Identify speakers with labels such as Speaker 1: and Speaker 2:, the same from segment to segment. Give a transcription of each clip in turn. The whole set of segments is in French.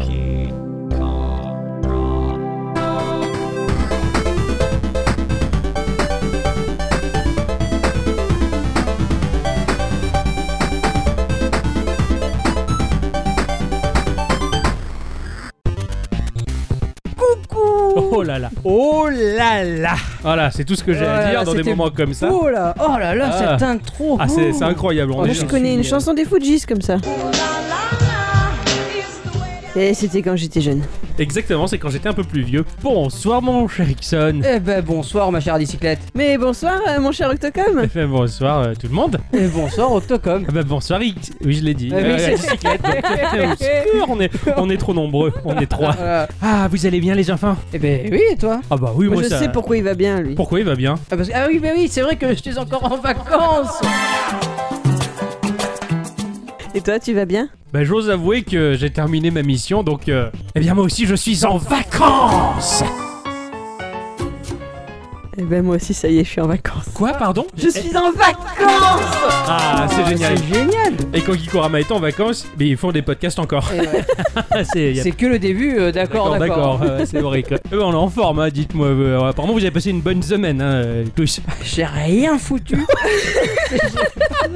Speaker 1: Oh là là.
Speaker 2: Oh là là
Speaker 1: Voilà, c'est tout ce que j'ai
Speaker 3: Oh
Speaker 1: à
Speaker 3: là
Speaker 1: dire
Speaker 3: là,
Speaker 1: dans des
Speaker 3: c'était
Speaker 1: moments comme ça.
Speaker 3: Oh là, oh là là,
Speaker 1: Ah.
Speaker 3: cette intro.
Speaker 1: Ah, c'est c'est incroyable. on
Speaker 3: Moi,
Speaker 1: est
Speaker 3: Oh, je
Speaker 1: bien.
Speaker 3: connais une chanson des Fujis comme ça. Et c'était quand j'étais jeune.
Speaker 1: Exactement, c'est quand j'étais un peu plus vieux. Bonsoir, mon cher Ixon.
Speaker 3: Eh
Speaker 2: Ben bonsoir ma chère bicyclette
Speaker 3: Mais bonsoir, euh, mon cher Octocom.
Speaker 1: Eh ben, bonsoir euh, tout le monde.
Speaker 2: Et bonsoir Octocom
Speaker 1: Ah bah bonsoir X. Oui, je l'ai dit.
Speaker 2: Ah oui,
Speaker 1: Euh,
Speaker 2: c'est-
Speaker 1: la bicyclette. Au secours, on est, on est trop nombreux. On est trois.
Speaker 2: Voilà.
Speaker 1: Ah, vous allez bien les enfants
Speaker 2: Eh ben oui et toi
Speaker 1: Ah bah oui,
Speaker 3: Moi,
Speaker 1: moi
Speaker 3: je
Speaker 1: ça.
Speaker 3: sais pourquoi il va bien, lui.
Speaker 1: Pourquoi il va bien
Speaker 2: ah, parce que- ah oui ben oui c'est vrai que je suis encore en vacances
Speaker 3: Et toi, tu vas bien
Speaker 1: Bah j'ose avouer que j'ai terminé ma mission, donc euh, eh bien moi aussi je suis en vacances.
Speaker 3: Eh ben, moi aussi, ça y est, je suis en vacances.
Speaker 1: Quoi, pardon
Speaker 2: Eh.
Speaker 3: Je suis en vacances
Speaker 1: Ah, c'est génial.
Speaker 2: C'est génial
Speaker 1: Et quand Gikorama est en vacances, mais ils font des podcasts encore.
Speaker 2: Eh ouais.
Speaker 1: Ah, c'est y a-
Speaker 2: C'est que le début euh, d'accord
Speaker 1: D'accord, d'accord, euh, c'est horrible. Euh, on est en forme, hein, dites-moi. euh, apparemment, vous avez passé une bonne semaine, hein, euh, tous.
Speaker 2: J'ai rien foutu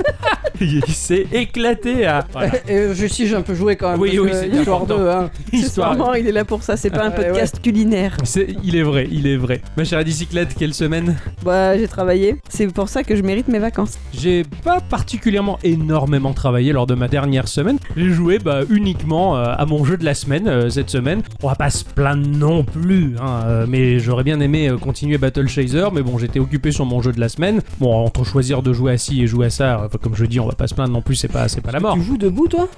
Speaker 1: Il s'est éclaté à. Voilà.
Speaker 2: Euh, Je suis j'ai un peu joué quand même
Speaker 1: Oui,
Speaker 2: parce
Speaker 1: oui,
Speaker 2: que
Speaker 1: c'est
Speaker 2: Histoire
Speaker 1: important.
Speaker 2: 2 hein.
Speaker 1: Histoire.
Speaker 3: Sûrement, il est là pour ça, c'est pas un
Speaker 2: Ah, ouais,
Speaker 3: podcast culinaire.
Speaker 1: C'est- il est vrai, il est vrai. Ma chère bicyclette, quelle semaine
Speaker 3: Bah, j'ai travaillé. C'est pour ça que je mérite mes vacances.
Speaker 1: J'ai pas particulièrement énormément travaillé lors de ma dernière semaine. J'ai joué bah, uniquement euh, à mon jeu de la semaine euh, cette semaine. On va pas se plaindre non plus, hein, euh, mais j'aurais bien aimé euh, continuer Battle Chaser, mais bon, j'étais occupé sur mon jeu de la semaine. Bon, entre choisir de jouer à ci et jouer à ça, euh, comme je dis, on va pas se plaindre non plus, c'est pas, c'est pas la mort.
Speaker 2: Tu joues debout toi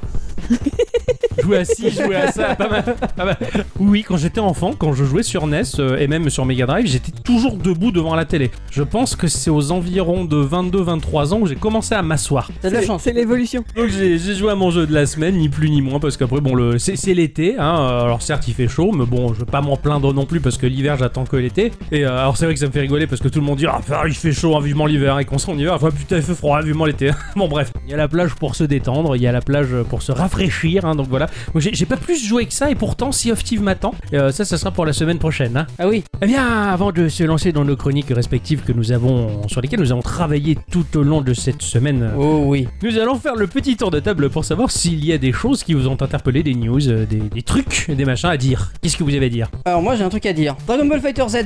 Speaker 1: jouer à ci, jouer à ça, pas mal, pas mal. Oui, quand j'étais enfant, quand je jouais sur NES euh, et même sur Mega Drive, j'étais toujours debout devant la télé. Je pense que c'est aux environs de 22-23 ans où j'ai commencé à m'asseoir.
Speaker 2: T'as de la
Speaker 3: C'est-
Speaker 2: chance
Speaker 3: C'est l'évolution.
Speaker 1: Donc j'ai j'ai joué à mon jeu de la semaine, ni plus ni moins, parce qu'après, bon, le- c'est c'est l'été, hein, euh, alors certes il fait chaud, mais bon, je vais pas m'en plaindre non plus, parce que l'hiver j'attends que l'été, et euh, alors c'est vrai que ça me fait rigoler, parce que tout le monde dit, ah putain, il fait chaud, hein, vivement l'hiver, et qu'on se rend en hiver, ah, putain, il fait froid, hein, vivement l'été. bon bref, il y a la plage pour se détendre, il y a la plage pour se rafraîchir, hein, donc voilà. Moi, J'ai j'ai pas plus joué que ça, et pourtant, Sea of Thieves m'attend, et euh, ça, ça sera pour la semaine prochaine. Hein.
Speaker 2: Ah oui
Speaker 1: Eh bien, avant de se lancer dans nos chroniques respectives que nous avons, sur lesquelles nous avons travaillé tout au long de cette semaine... euh,
Speaker 2: Oh oui
Speaker 1: nous allons faire le petit tour de table pour savoir s'il y a des choses qui vous ont interpellé, des news, euh, des, des trucs, des machins à dire. Qu'est-ce que vous avez à dire
Speaker 2: Alors moi j'ai un truc à dire. Dragon Ball Fighter Z,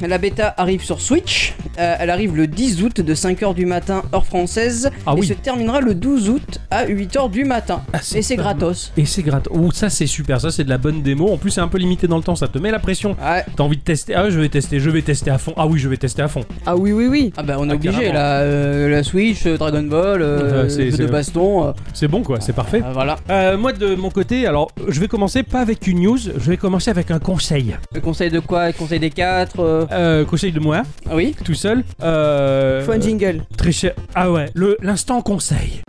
Speaker 2: la bêta arrive sur Switch. Euh, elle arrive le 10 août de 5h du matin heure française
Speaker 1: Ah
Speaker 2: et
Speaker 1: oui.
Speaker 2: se terminera le 12 août à 8h du matin.
Speaker 1: Ah,
Speaker 2: Et c'est gratos.
Speaker 1: Et c'est gratos. Ouh, ça c'est super, ça c'est de la bonne démo. En plus, c'est un peu limité dans le temps, ça te met la pression.
Speaker 2: Ouais.
Speaker 1: T'as envie de tester Ah, je vais tester, je vais tester à fond. Ah oui, je vais tester à fond.
Speaker 3: Ah oui, oui, oui.
Speaker 2: Ah bah on est
Speaker 1: Ah,
Speaker 2: obligé
Speaker 1: carrément.
Speaker 2: là, euh, la Switch, euh, Dragon Ball, euh,
Speaker 1: Ah,
Speaker 2: jeu
Speaker 1: c'est- c'est-
Speaker 2: de baston, euh,
Speaker 1: C'est bon quoi, c'est parfait.
Speaker 2: euh, voilà.
Speaker 1: Euh, moi de mon côté, alors je vais commencer pas avec une news, je vais commencer avec un conseil.
Speaker 2: Le conseil de quoi Le conseil des 4 euh,
Speaker 1: Euh, conseil de moi,
Speaker 2: Ah oui
Speaker 1: tout seul. Euh,
Speaker 3: Faut un jingle.
Speaker 1: Très cher. Ah ouais, le- l'instant conseil.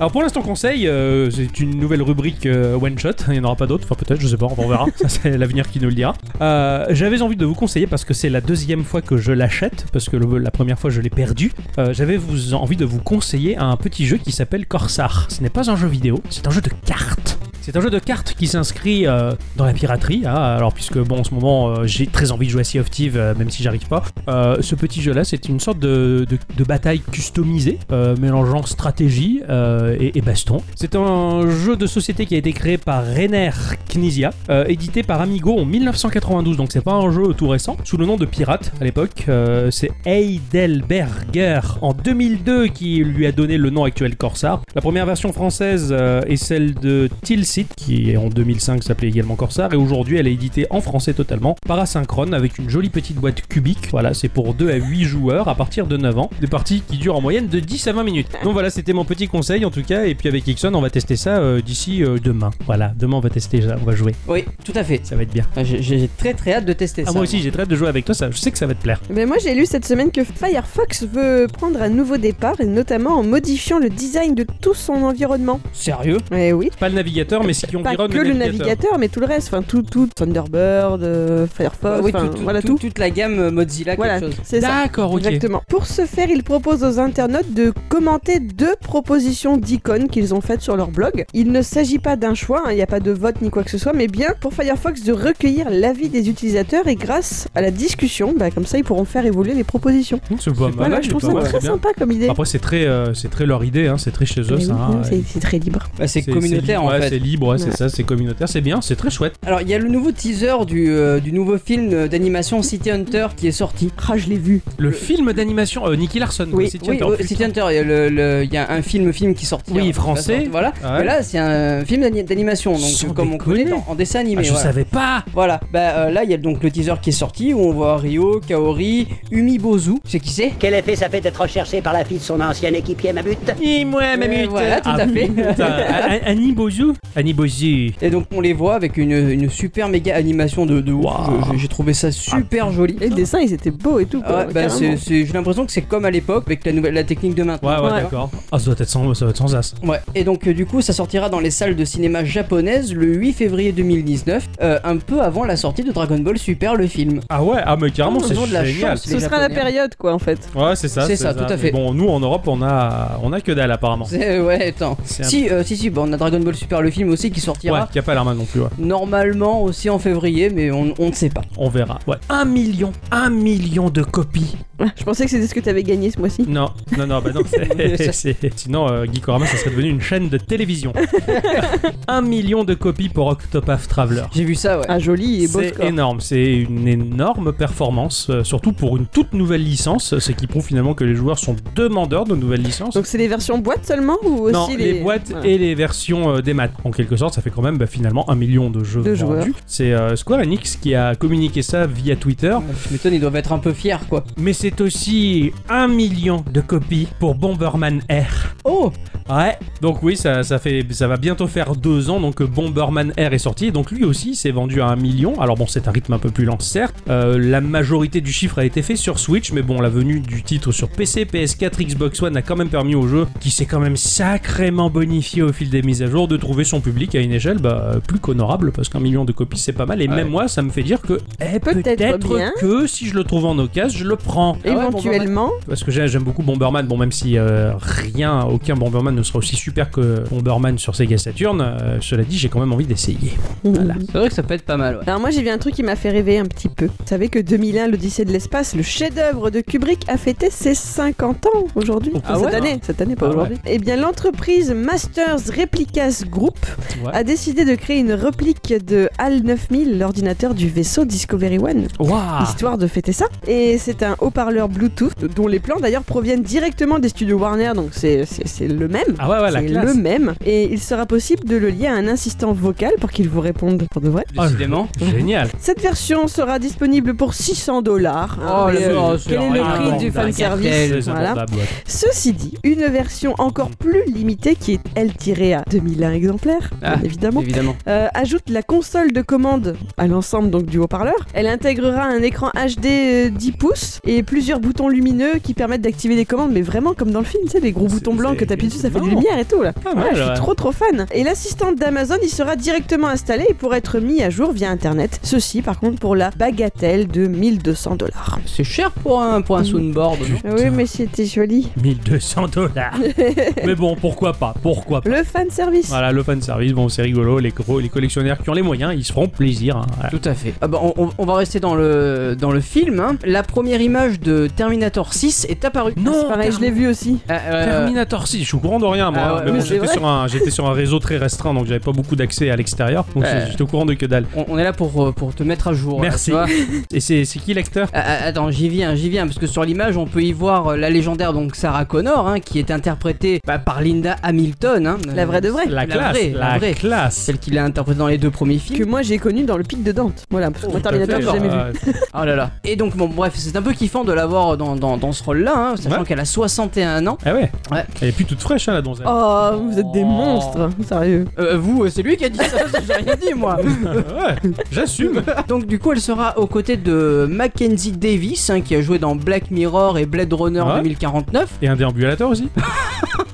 Speaker 1: Alors pour l'instant conseil, euh, c'est une nouvelle rubrique euh, one shot, il n'y en aura pas d'autres, enfin peut-être, je sais pas, on verra, ça c'est l'avenir qui nous le dira. Euh, J'avais envie de vous conseiller parce que c'est la deuxième fois que je l'achète, parce que le- la première fois je l'ai perdu, Euh, j'avais vous- envie de vous conseiller un petit jeu qui s'appelle Corsar. Ce n'est pas un jeu vidéo, c'est un jeu de cartes. C'est un jeu de cartes qui s'inscrit euh, dans la piraterie, hein, alors puisque bon en ce moment euh, j'ai très envie de jouer à Sea of Thieves, euh, même si j'arrive pas. Euh, ce petit jeu là c'est une sorte de, de- de bataille customisée, euh, mélangeant stratégie euh, et, et baston. C'est un jeu de société qui a été créé par Rainer Knizia, euh, édité par Amigo en 1992, donc c'est pas un jeu tout récent, sous le nom de Pirate à l'époque. Euh, c'est Heidelberger en 2002 qui lui a donné le nom actuel Corsar. La première version française euh, est celle de Tilsit qui en 2005 s'appelait également Corsar et aujourd'hui elle est éditée en français totalement par Asynchrone avec une jolie petite boîte cubique. Voilà, c'est pour 2 à 8 joueurs à partir de 9 ans. Des parties qui durent en moyenne de 10 à 20 minutes. Donc voilà, c'était mon petit conseil en tout cas et puis avec Ixon on va tester ça euh, d'ici euh, demain. Voilà, demain on va tester ça, on va jouer.
Speaker 2: Oui, tout à fait.
Speaker 1: Ça va être bien.
Speaker 2: Ah, J'ai j'ai très très hâte de tester
Speaker 1: Ah,
Speaker 2: ça.
Speaker 1: moi aussi j'ai très hâte de jouer avec toi, ça, je sais que ça va te plaire.
Speaker 3: Mais moi j'ai lu cette semaine que Firefox veut prendre un nouveau départ et notamment en modifiant le design de tout son environnement.
Speaker 2: Sérieux
Speaker 3: Eh oui,
Speaker 1: Pas le navigateur mais ce qui
Speaker 3: pas
Speaker 1: environne
Speaker 3: que le navigateur, mais tout le reste, enfin tout, tout Thunderbird, euh, Firefox,
Speaker 2: Ah oui,
Speaker 3: enfin,
Speaker 2: tout- tout-
Speaker 3: voilà
Speaker 2: tout-
Speaker 3: tout.
Speaker 2: Toute la gamme euh, Mozilla,
Speaker 3: Voilà,
Speaker 2: quelque chose.
Speaker 3: c'est ça.
Speaker 1: D'accord, ok.
Speaker 3: Exactement. Pour ce faire, ils proposent aux internautes de commenter deux propositions d'icônes qu'ils ont faites sur leur blog. Il ne s'agit pas d'un choix, hein, il n'y a pas de vote ni quoi que ce soit, mais bien pour Firefox de recueillir l'avis des utilisateurs et grâce à la discussion, bah, comme ça ils pourront faire évoluer les propositions.
Speaker 1: C'est pas mal.
Speaker 3: voilà, je trouve
Speaker 1: c'est
Speaker 3: ça
Speaker 1: Bah pas mal,
Speaker 3: très
Speaker 1: c'est bien.
Speaker 3: sympa comme idée.
Speaker 1: Après, c'est très, euh, c'est très leur idée, hein, c'est très chez eux,
Speaker 3: Mais
Speaker 1: ça.
Speaker 3: oui,
Speaker 1: hein,
Speaker 3: c'est- c'est très libre.
Speaker 2: Bah, c'est communautaire en
Speaker 1: libre, ouais,
Speaker 2: fait.
Speaker 1: C'est libre, ouais, c'est
Speaker 3: Ouais.
Speaker 1: ça, c'est communautaire, c'est bien, c'est très chouette.
Speaker 2: Alors, il y a le nouveau teaser du, euh, du nouveau film d'animation City Hunter qui est sorti.
Speaker 3: Ah, je l'ai vu.
Speaker 1: Le film d'animation, euh, Nicky Larson,
Speaker 3: Oui,
Speaker 1: City
Speaker 2: oui,
Speaker 1: Hunter,
Speaker 2: euh,
Speaker 1: putain.
Speaker 2: City Hunter, il y a, le- le- il y a un film film qui sortira.
Speaker 1: Oui, français.
Speaker 2: Voilà.
Speaker 1: Ah ouais.
Speaker 2: Mais là, c'est un film d'ani- d'animation, donc
Speaker 1: Sans
Speaker 2: comme on
Speaker 1: déconner.
Speaker 2: connaît en, en dessin
Speaker 1: Ah,
Speaker 2: animé.
Speaker 1: je
Speaker 2: voilà.
Speaker 1: savais pas
Speaker 2: Voilà. Bah euh, là, il y a donc le teaser qui est sorti où on voit Ryo, Kaori, Umi Bozu. C'est qui c'est
Speaker 4: Quel effet ça fait d'être recherché par la fille de son ancien équipier, ma butte
Speaker 1: Et moi, Ah,
Speaker 2: ma mute. voilà, tout à fait.
Speaker 1: Annie Bozu Annie Bozu.
Speaker 2: Et donc on les voit avec une, une super méga animation de, de ouf.
Speaker 1: Waouh.
Speaker 2: Je- je- J'ai trouvé ça super joli.
Speaker 3: Et le dessin, ils étaient beaux et tout.
Speaker 2: Ah
Speaker 3: quoi,
Speaker 2: ouais, bah,
Speaker 3: carrément.
Speaker 2: c'est- c'est- j'ai l'impression que c'est comme à l'époque avec la nouvelle la technique de
Speaker 1: Ouais,
Speaker 2: maintenant.
Speaker 1: ouais, d'accord. Ah, ça doit être sans, ça doit être sans as.
Speaker 2: Ouais. Et donc euh, du coup, ça sortira dans les salles de cinéma japonaises le 8 février 2019, euh, un peu avant la sortie de Dragon Ball Super le film.
Speaker 1: Ah ouais, ah mais carrément,
Speaker 2: Ils
Speaker 1: c'est
Speaker 2: ont de la
Speaker 1: génial.
Speaker 2: chance.
Speaker 3: Ce
Speaker 2: les
Speaker 3: sera la
Speaker 2: Japonais.
Speaker 3: période, quoi, en fait.
Speaker 1: Ouais, c'est ça.
Speaker 2: C'est ça, tout à
Speaker 1: Mais
Speaker 2: fait.
Speaker 1: Bon, nous en Europe, on a, on a que dalle apparemment.
Speaker 2: C'est- euh, Ouais, attends.
Speaker 1: C'est un-
Speaker 2: Si, euh, si, si, bah, on a Dragon Ball Super le film aussi qui
Speaker 1: Ouais,
Speaker 2: sortira
Speaker 1: qui a pas l'air mal non plus. Ouais.
Speaker 2: normalement aussi en février, mais on on ne sait pas.
Speaker 1: On verra. Ouais. Un million, un million de copies.
Speaker 3: Je pensais que c'était ce que t'avais gagné ce mois-ci.
Speaker 1: Non, non, non, bah non. c'est- c'est- Sinon, euh, Geekorama, ça serait devenu une chaîne de télévision. un million de copies pour Octopath Traveler.
Speaker 2: J'ai vu ça, ouais.
Speaker 3: Ah, joli et beau
Speaker 1: C'est
Speaker 3: score.
Speaker 1: énorme, c'est une énorme performance, euh, surtout pour une toute nouvelle licence, ce qui prouve finalement que les joueurs sont demandeurs de nouvelles licences.
Speaker 3: Donc c'est les versions boîtes seulement ou aussi
Speaker 1: non, les, boîtes
Speaker 3: Voilà.
Speaker 1: et les versions euh, des maths. En quelque sorte, ça fait quand même bah, finalement un million de jeux
Speaker 3: De joueurs.
Speaker 1: vendus. C'est euh, Square Enix qui a communiqué ça via Twitter,
Speaker 2: Ah, Je m'étonne, ils doivent être un peu fiers, quoi.
Speaker 1: mais c'est aussi un million de copies pour Bomberman Air.
Speaker 2: Oh
Speaker 1: Ouais. Donc oui, ça, ça fait, ça va bientôt faire deux ans donc que Bomberman Air est sorti. Et donc lui aussi s'est vendu à un million. Alors bon, c'est un rythme un peu plus lent, certes. Euh, la majorité du chiffre a été fait sur Switch, mais bon, la venue du titre sur PC, PS4, Xbox One a quand même permis au jeu, qui s'est quand même sacrément bonifié au fil des mises à jour, de trouver son public à une échelle bah, plus qu'honorable, parce qu'un million de copies c'est pas mal. Et
Speaker 2: Ouais.
Speaker 1: même moi, ça me fait dire que eh,
Speaker 3: Peut-être bien.
Speaker 1: que si je le trouve en occasion, je le prends.
Speaker 2: Ah ouais,
Speaker 3: Éventuellement,
Speaker 1: Parce que j'ai- j'aime beaucoup Bomberman, bon même si euh, rien, aucun Bomberman ne sera aussi super que Bomberman sur Sega Saturn, euh, cela dit j'ai quand même envie d'essayer. Voilà.
Speaker 2: C'est vrai que ça peut être pas mal, ouais.
Speaker 3: Alors moi j'ai vu un truc qui m'a fait rêver un petit peu. Vous savez que 2001, l'Odyssée de l'espace, le chef-d'œuvre de Kubrick a fêté ses 50 ans aujourd'hui.
Speaker 1: Oh,
Speaker 3: Enfin,
Speaker 1: ouais
Speaker 3: cette année, cette année pas
Speaker 1: Ah
Speaker 3: aujourd'hui. Eh bien l'entreprise Masters Replicas Group
Speaker 1: Ouais.
Speaker 3: a décidé de créer une réplique de HAL 9000, l'ordinateur du vaisseau Discovery One,
Speaker 1: Waouh
Speaker 3: histoire de fêter ça. Et c'est un haut-parleur Bluetooth dont les plans d'ailleurs proviennent directement des studios Warner, donc c'est c'est- c'est le même.
Speaker 1: Ah ouais, ouais, la
Speaker 3: c'est
Speaker 1: classe.
Speaker 3: le même. Et il sera possible de le lier à un assistant vocal pour qu'il vous réponde pour de vrai.
Speaker 1: Ah,
Speaker 2: Décidément.
Speaker 1: Génial.
Speaker 3: Cette version sera disponible pour 600 dollars. hein,
Speaker 2: Oh, la vache, c'est
Speaker 3: Quel est le
Speaker 1: abordable.
Speaker 3: prix du
Speaker 1: Un
Speaker 3: fan
Speaker 2: cartel,
Speaker 3: service
Speaker 1: C'est
Speaker 3: Voilà.
Speaker 1: abordable, ouais.
Speaker 3: Ceci dit, une version encore plus limitée qui est elle tirée à 2001 exemplaires, bien
Speaker 2: Ah,
Speaker 3: évidemment,
Speaker 2: Évidemment.
Speaker 3: euh, ajoute la console de commande à l'ensemble donc du haut-parleur. Elle intégrera un écran HD euh, 10 pouces et plusieurs boutons lumineux qui permettent d'activer des commandes, mais vraiment comme dans le film, tu sais, les gros
Speaker 1: C'est-
Speaker 3: boutons blancs
Speaker 1: c'est-
Speaker 3: que t'appuies dessus, ça fait des
Speaker 1: Non.
Speaker 3: lumières et tout là.
Speaker 1: Pas
Speaker 3: Ouais,
Speaker 1: mal,
Speaker 3: je suis
Speaker 1: ouais.
Speaker 3: trop trop fan. Et l'assistante d'Amazon y sera directement installée et pourra être mis à jour via internet. Ceci par contre pour la bagatelle de 1200 dollars.
Speaker 2: C'est cher pour un, pour un soundboard, non
Speaker 1: Putain,
Speaker 3: Ah mais c'était joli.
Speaker 1: 1200 dollars. mais bon, pourquoi pas Pourquoi pas
Speaker 3: Le fan service.
Speaker 1: Voilà, le fan service, bon c'est rigolo, les gros, les collectionneurs qui ont les moyens, ils se feront plaisir. hein. Voilà.
Speaker 2: Tout à fait. Ah bah, on, on- on va rester dans le, dans le film. hein. La première image de Terminator 6 est apparue.
Speaker 1: Non,
Speaker 3: Pareil, je l'ai vu aussi.
Speaker 2: Ah, euh,
Speaker 1: Terminator 6, je suis au courant de rien moi. hein.
Speaker 2: Ah ouais,
Speaker 1: mais
Speaker 2: ouais,
Speaker 1: bon,
Speaker 2: c'est
Speaker 1: j'étais
Speaker 3: vrai.
Speaker 1: sur, un, j'étais sur un réseau très restreint donc j'avais pas beaucoup d'accès à l'extérieur. Donc
Speaker 2: Ouais.
Speaker 1: j'étais au courant de que dalle.
Speaker 2: on, on est là pour, euh, pour te mettre à jour. là,
Speaker 1: Merci.
Speaker 2: tu vois.
Speaker 1: Et c'est c'est qui l'acteur
Speaker 2: Ah, ah, attends, j'y viens, j'y viens, parce que sur l'image, on peut y voir euh, la légendaire donc Sarah Connor, hein, qui est interprétée bah, par Linda Hamilton. hein.
Speaker 3: La vraie de vraie.
Speaker 1: La,
Speaker 2: La
Speaker 1: classe,
Speaker 2: vraie,
Speaker 1: la,
Speaker 2: la vraie.
Speaker 1: classe.
Speaker 2: Celle qu'il a interprétée dans les deux premiers
Speaker 3: Que
Speaker 2: films.
Speaker 3: moi j'ai connu dans le pic de Dante. Voilà, parce que
Speaker 1: Oh,
Speaker 3: moi Terminator j'ai jamais vu.
Speaker 1: vu.
Speaker 2: Oh là là. Et donc, bon, bref, c'est un peu kiffant de l'avoir dans, dans, dans ce rôle-là, hein, sachant
Speaker 1: Ouais.
Speaker 2: qu'elle a 61 ans.
Speaker 1: Ah ouais.
Speaker 2: Ouais.
Speaker 1: Elle est plus toute fraîche hein, la donzelle.
Speaker 3: Oh, vous êtes des
Speaker 2: Oh.
Speaker 3: monstres, sérieux.
Speaker 2: Euh, vous, euh, c'est lui qui a dit ça, ça, j'ai rien dit, moi.
Speaker 1: Ah ouais, j'assume.
Speaker 2: Donc, du coup, elle sera aux côtés de Mackenzie Davis, hein, qui a joué dans Black Mirror et Blade Runner
Speaker 1: Ouais.
Speaker 2: 2049.
Speaker 1: Et un déambulateur aussi.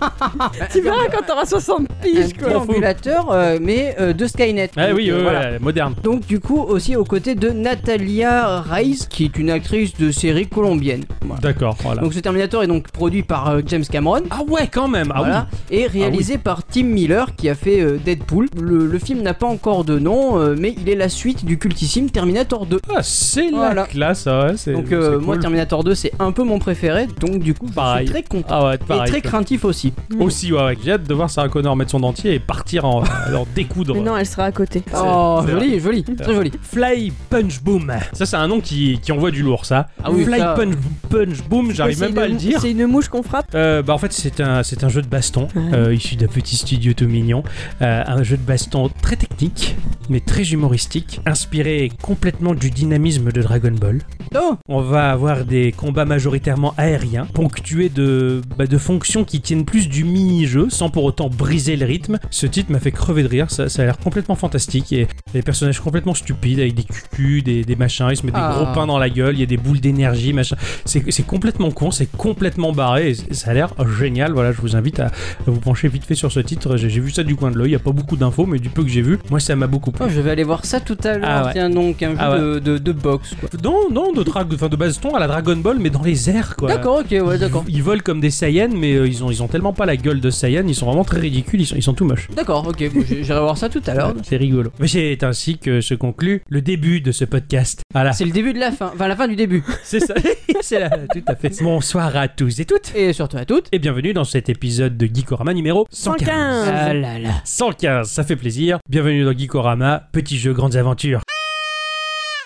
Speaker 1: Euh,
Speaker 3: tu verras quand t'auras 60
Speaker 2: Un
Speaker 3: piges quoi.
Speaker 2: déambulateur, euh, mais euh, de Skynet.
Speaker 1: Ah
Speaker 2: Donc,
Speaker 1: oui,
Speaker 2: euh,
Speaker 1: ouais,
Speaker 2: voilà.
Speaker 1: ouais, moderne.
Speaker 2: Donc du coup aussi aux côtés de Natalia Rice qui est une actrice de série colombienne. Voilà.
Speaker 1: D'accord, voilà.
Speaker 2: Donc ce Terminator est donc produit par euh, James Cameron.
Speaker 1: ah ouais, quand même. Ah
Speaker 2: voilà, et réalisé par Tim Miller qui a fait euh, Deadpool. Le, le film n'a pas encore de nom, euh, mais il est la suite du cultissime Terminator 2.
Speaker 1: oui. Ah, c'est la
Speaker 2: Voilà.
Speaker 1: classe. ah ouais, c'est.
Speaker 2: Donc
Speaker 1: c'est
Speaker 2: euh,
Speaker 1: cool.
Speaker 2: moi Terminator 2 c'est un peu mon préféré, donc du coup je
Speaker 1: Pareil.
Speaker 2: suis très content.
Speaker 1: Ah ouais,
Speaker 2: et
Speaker 1: pareil.
Speaker 2: très
Speaker 1: quoi.
Speaker 2: craintif aussi.
Speaker 3: Mm.
Speaker 1: Aussi, ouais, ouais. J'ai hâte de voir Sarah Connor mettre son dentier et partir en, en découdre.
Speaker 3: Mais non, elle sera à côté.
Speaker 1: C'est-
Speaker 2: Oh,
Speaker 1: c'est
Speaker 2: joli, joli, très joli.
Speaker 1: Fly Punch Boom. Ça, c'est un nom qui, qui envoie du lourd, ça.
Speaker 2: Ah oui,
Speaker 1: Fly
Speaker 2: ça-
Speaker 1: Punch, punch Boom, j'arrive
Speaker 3: Oh, C'est
Speaker 1: même pas à
Speaker 3: une-
Speaker 1: le dire.
Speaker 3: C'est une mouche qu'on frappe.
Speaker 1: Euh, bah en fait c'est un c'est un jeu de baston
Speaker 3: Ouais.
Speaker 1: euh, issu d'un petit studio tout mignon, Euh, un jeu de baston très technique mais très humoristique, inspiré complètement du dynamisme de Dragon Ball.
Speaker 2: Oh,
Speaker 1: On va avoir des combats majoritairement aériens, ponctués de bah, de fonctions qui tiennent plus du mini-jeu sans pour autant briser le rythme. Ce titre m'a fait crever de rire, ça, ça a l'air complètement fantastique et des personnages complètement stupides avec des cucus, des, des machins, ils se mettent
Speaker 2: Ah.
Speaker 1: des gros pains dans la gueule, il y a des boules d'énergie, machin. C'est c'est complètement con, c'est complètement barré, et c- ça a l'air génial. Voilà, je vous invite à, à vous pencher vite fait sur ce titre. J'ai j'ai vu ça du coin de l'œil, il n'y a pas beaucoup d'infos, mais du peu que j'ai vu, moi ça m'a beaucoup plu.
Speaker 2: oh, je vais aller voir ça tout à l'heure.
Speaker 1: Ah ouais.
Speaker 2: Tiens donc, un jeu
Speaker 1: Ah ouais.
Speaker 2: de, de, de boxe quoi.
Speaker 1: Non, non, de, dra- enfin, de baston à la Dragon Ball, mais dans les airs, quoi.
Speaker 2: D'accord, ok, ouais, d'accord.
Speaker 1: Ils volent comme des Saiyans, mais euh, ils, ont, ils ont tellement pas la gueule de Saiyan, ils sont vraiment très ridicules, ils sont, ils sont tout moches.
Speaker 2: D'accord, ok, bon, j'ai- j'irai voir ça tout à l'heure.
Speaker 1: C'est rigolo. Mais c'est ainsi que se conclut le début de ce podcast. Voilà,
Speaker 2: C'est le début de la fin, enfin la fin du début.
Speaker 1: c'est ça. c'est là, tout à fait. Bonsoir à tous et toutes.
Speaker 2: Et surtout à toutes.
Speaker 1: Et bienvenue dans cet épisode de Geekorama numéro 115.
Speaker 3: 115.
Speaker 2: Ah là là.
Speaker 1: 115, ça fait plaisir. Bienvenue dans Geekorama, petit jeu, grandes aventures.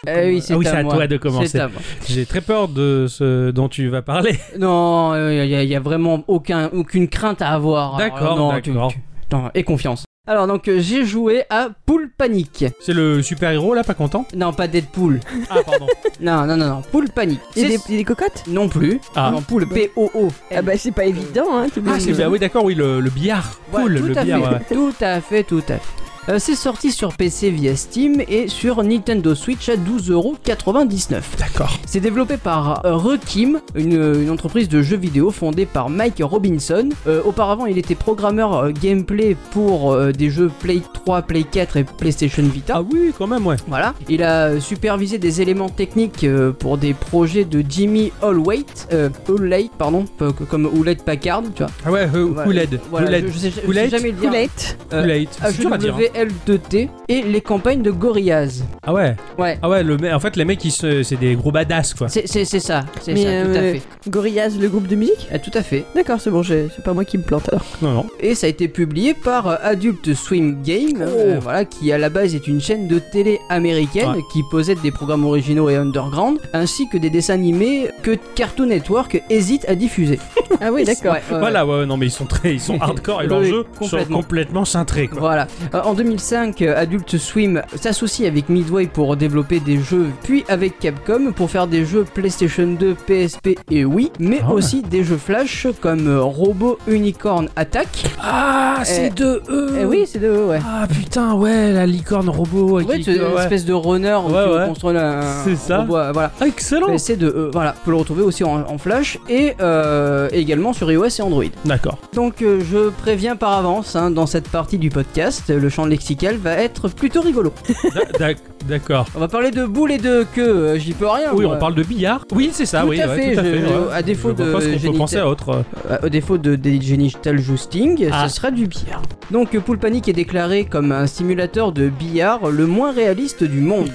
Speaker 2: Eh oui, c'est
Speaker 1: Ah oui, c'est à
Speaker 2: moi.
Speaker 1: toi de commencer.
Speaker 2: C'est à moi.
Speaker 1: J'ai très peur de ce dont tu vas parler.
Speaker 2: Non, il n'y a, vraiment aucun, aucune crainte à avoir. Alors,
Speaker 1: D'accord,
Speaker 2: non, tu-
Speaker 1: d'accord.
Speaker 2: tu- non, et confiance. Alors donc euh, j'ai joué à Poule Panique.
Speaker 1: C'est le super-héros là, pas content
Speaker 2: Non, pas Deadpool.
Speaker 1: Ah, pardon.
Speaker 2: Non, non, non, non. Poule Panique.
Speaker 3: Il y a
Speaker 2: C'est-
Speaker 3: des, il y a des cocottes
Speaker 2: Non plus.
Speaker 1: Ah.
Speaker 2: Non, Poule P-O-O.
Speaker 3: Ah bah c'est pas évident, hein.
Speaker 1: ah, c'est bien, oui, d'accord, oui, le, le billard. Cool,
Speaker 2: Ouais, tout
Speaker 1: le
Speaker 2: à
Speaker 1: billard.
Speaker 2: fait,
Speaker 1: ouais.
Speaker 2: Tout à fait, tout à fait. Euh, c'est sorti sur PC via Steam et sur Nintendo Switch à 12,99€.
Speaker 1: D'accord.
Speaker 2: C'est développé par euh, Rekim, une, une entreprise de jeux vidéo fondée par Mike Robinson. Euh, auparavant, il était programmeur euh, gameplay pour euh, des jeux Play 3, Play 4 et PlayStation Vita.
Speaker 1: Ah oui, quand même, ouais.
Speaker 2: Voilà. Il a euh, supervisé des éléments techniques euh, pour des projets de Jimmy Allwait, euh, Allway, pardon, p- comme Howlett Packard, tu vois.
Speaker 1: Ah ouais, euh,
Speaker 2: Voilà,
Speaker 1: Kool-Aid.
Speaker 2: Voilà,
Speaker 1: Kool-Aid.
Speaker 2: je, je sais, je sais
Speaker 1: Howlett
Speaker 2: jamais le dire.
Speaker 3: Coulette.
Speaker 2: euh,
Speaker 1: Kool-Aid. C'est dur à dire. hein.
Speaker 2: HWL2T et les campagnes de Gorillaz.
Speaker 1: Ah ouais.
Speaker 2: Ouais.
Speaker 1: Ah ouais, le mec- en fait, les mecs, ils se- c'est des gros badass, quoi.
Speaker 2: C'est c'est- c'est ça, c'est
Speaker 3: Mais,
Speaker 2: ça, tout à
Speaker 3: euh,
Speaker 2: fait.
Speaker 3: Gorillaz, le groupe de musique
Speaker 2: Ah, Tout à fait.
Speaker 3: D'accord, c'est bon, j'ai- c'est pas moi qui me plante alors.
Speaker 1: Non, non.
Speaker 2: et ça a été publié par euh, Adult Swim Game,
Speaker 1: Oh.
Speaker 2: euh, voilà, qui à la base est une chaîne de télé américaine
Speaker 1: Ouais.
Speaker 2: qui possède des programmes originaux et underground, ainsi que des dessins animés que Cartoon Network hésite à diffuser.
Speaker 3: Ah oui, d'accord.
Speaker 2: Ouais, euh, ouais,
Speaker 1: Voilà, ouais, non, mais ils sont très, ils sont hardcore et leurs
Speaker 2: Oui,
Speaker 1: jeux sont
Speaker 2: complètement.
Speaker 1: complètement cintrés, quoi.
Speaker 2: Voilà. Euh, En 2005, euh, Adult Swim s'associe avec Midway pour développer des jeux, puis avec Capcom pour faire des jeux PlayStation 2, PSP et Wii, mais
Speaker 1: Ah ouais.
Speaker 2: aussi des jeux Flash comme euh, Robo Unicorn Attack.
Speaker 1: Ah,
Speaker 2: c'est Eh,
Speaker 1: de eux.
Speaker 2: Eh oui, c'est de ouais.
Speaker 1: Ah putain, ouais, la licorne robot.
Speaker 2: Ouais, c'est une espèce de runner où
Speaker 1: Ouais,
Speaker 2: tu
Speaker 1: ouais.
Speaker 2: construis un
Speaker 1: C'est ça. Oh.
Speaker 2: robot, euh, voilà.
Speaker 1: Ah, Excellent.
Speaker 2: Mais c'est de euh, voilà, on peut le retrouver aussi en, en Flash et euh, également sur iOS et Android.
Speaker 1: D'accord.
Speaker 2: Donc euh, je préviens par avance, hein, dans cette partie du podcast, euh, le champ lexical va être plutôt rigolo.
Speaker 1: D'ac- d'ac- D'accord.
Speaker 2: On va parler de boules et de queue, euh, j'y peux rien.
Speaker 1: Oui,
Speaker 2: moi.
Speaker 1: on parle de billard. Oui, c'est ça.
Speaker 2: Tout
Speaker 1: oui,
Speaker 2: à
Speaker 1: ouais,
Speaker 2: fait,
Speaker 1: tout à
Speaker 2: je-
Speaker 1: fait.
Speaker 2: je-
Speaker 1: ouais.
Speaker 2: à défaut
Speaker 1: je vois pas
Speaker 2: de
Speaker 1: ce qu'on peut
Speaker 2: génital-
Speaker 1: penser à autre.
Speaker 2: Euh, au défaut de, des genital jousting,
Speaker 1: Ah.
Speaker 2: ce sera du billard. Donc euh, Pool Panic est déclaré comme un simulateur de billard le moins réaliste du monde.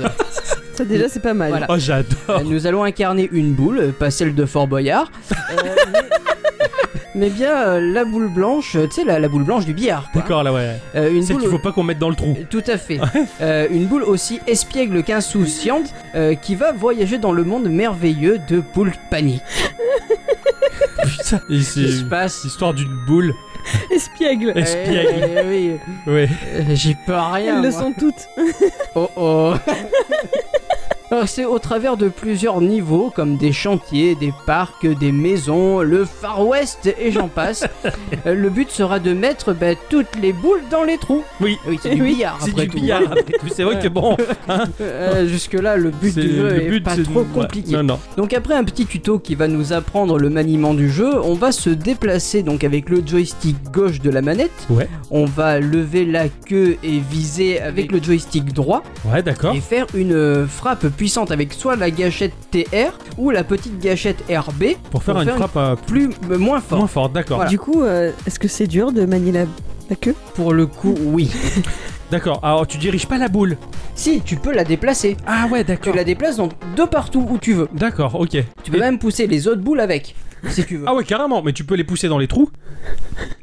Speaker 3: Ça déjà c'est pas mal.
Speaker 2: Voilà.
Speaker 1: Oh, j'adore.
Speaker 2: Euh, Nous allons incarner une boule, euh, pas celle de Fort Boyard. Euh, mais... mais bien euh, la boule blanche, euh, tu sais, la, la boule blanche du billard. quoi.
Speaker 1: D'accord, là, ouais.
Speaker 2: Euh, une
Speaker 1: Celle
Speaker 2: boule.
Speaker 1: qu'il faut pas qu'on mette dans le trou.
Speaker 2: Tout à fait. Euh, une boule aussi espiègle qu'insouciante euh, qui va voyager dans le monde merveilleux de Poule Panique.
Speaker 1: Putain. Et c'est
Speaker 2: Qui se passe
Speaker 1: l'histoire d'une boule.
Speaker 3: Espiègle.
Speaker 1: Espiègle.
Speaker 2: Eh oui,
Speaker 1: Ouais.
Speaker 2: euh, j'y peux rien.
Speaker 3: Elles le
Speaker 2: moi.
Speaker 3: sont toutes.
Speaker 2: Oh oh Alors, C'est au travers de plusieurs niveaux comme des chantiers, des parcs, des maisons, le Far West et j'en passe. Euh, le but sera de mettre bah, toutes les boules dans les trous. Ah
Speaker 1: Oui.
Speaker 2: Oui, c'est du
Speaker 3: Oui,
Speaker 2: billard
Speaker 1: C'est
Speaker 2: après
Speaker 1: du
Speaker 2: tout.
Speaker 1: billard. après tout. C'est vrai que bon,
Speaker 2: Euh, Jusque-là, le but
Speaker 1: c'est
Speaker 2: du jeu
Speaker 1: le
Speaker 2: est
Speaker 1: but,
Speaker 2: pas
Speaker 1: c'est-
Speaker 2: trop
Speaker 1: ouais.
Speaker 2: compliqué.
Speaker 1: Non, non.
Speaker 2: Donc après un petit tuto qui va nous apprendre le maniement du jeu, on va se déplacer donc avec le joystick gauche de la manette.
Speaker 1: Ouais.
Speaker 2: On va lever la queue et viser avec le joystick droit
Speaker 1: Ouais, d'accord.
Speaker 2: et faire une euh, frappe puissante avec soit la gâchette TR ou la petite gâchette RB
Speaker 1: Pour faire
Speaker 2: pour
Speaker 1: une
Speaker 2: faire une-
Speaker 1: frappe euh, plus
Speaker 2: plus euh, moins fort.
Speaker 1: moins forte, d'accord.
Speaker 2: Voilà.
Speaker 3: Du coup, euh, est-ce que c'est dur de manier la, la queue
Speaker 2: Pour le coup, oui.
Speaker 1: D'accord. Alors tu diriges pas la boule.
Speaker 2: si, tu peux la déplacer.
Speaker 1: Ah ouais,
Speaker 2: Tu
Speaker 1: d'accord.
Speaker 2: la déplaces dans de partout où tu veux.
Speaker 1: D'accord, ok.
Speaker 2: Tu peux même pousser les autres boules avec. si tu veux.
Speaker 1: Ah ouais, carrément, mais tu peux les pousser dans les trous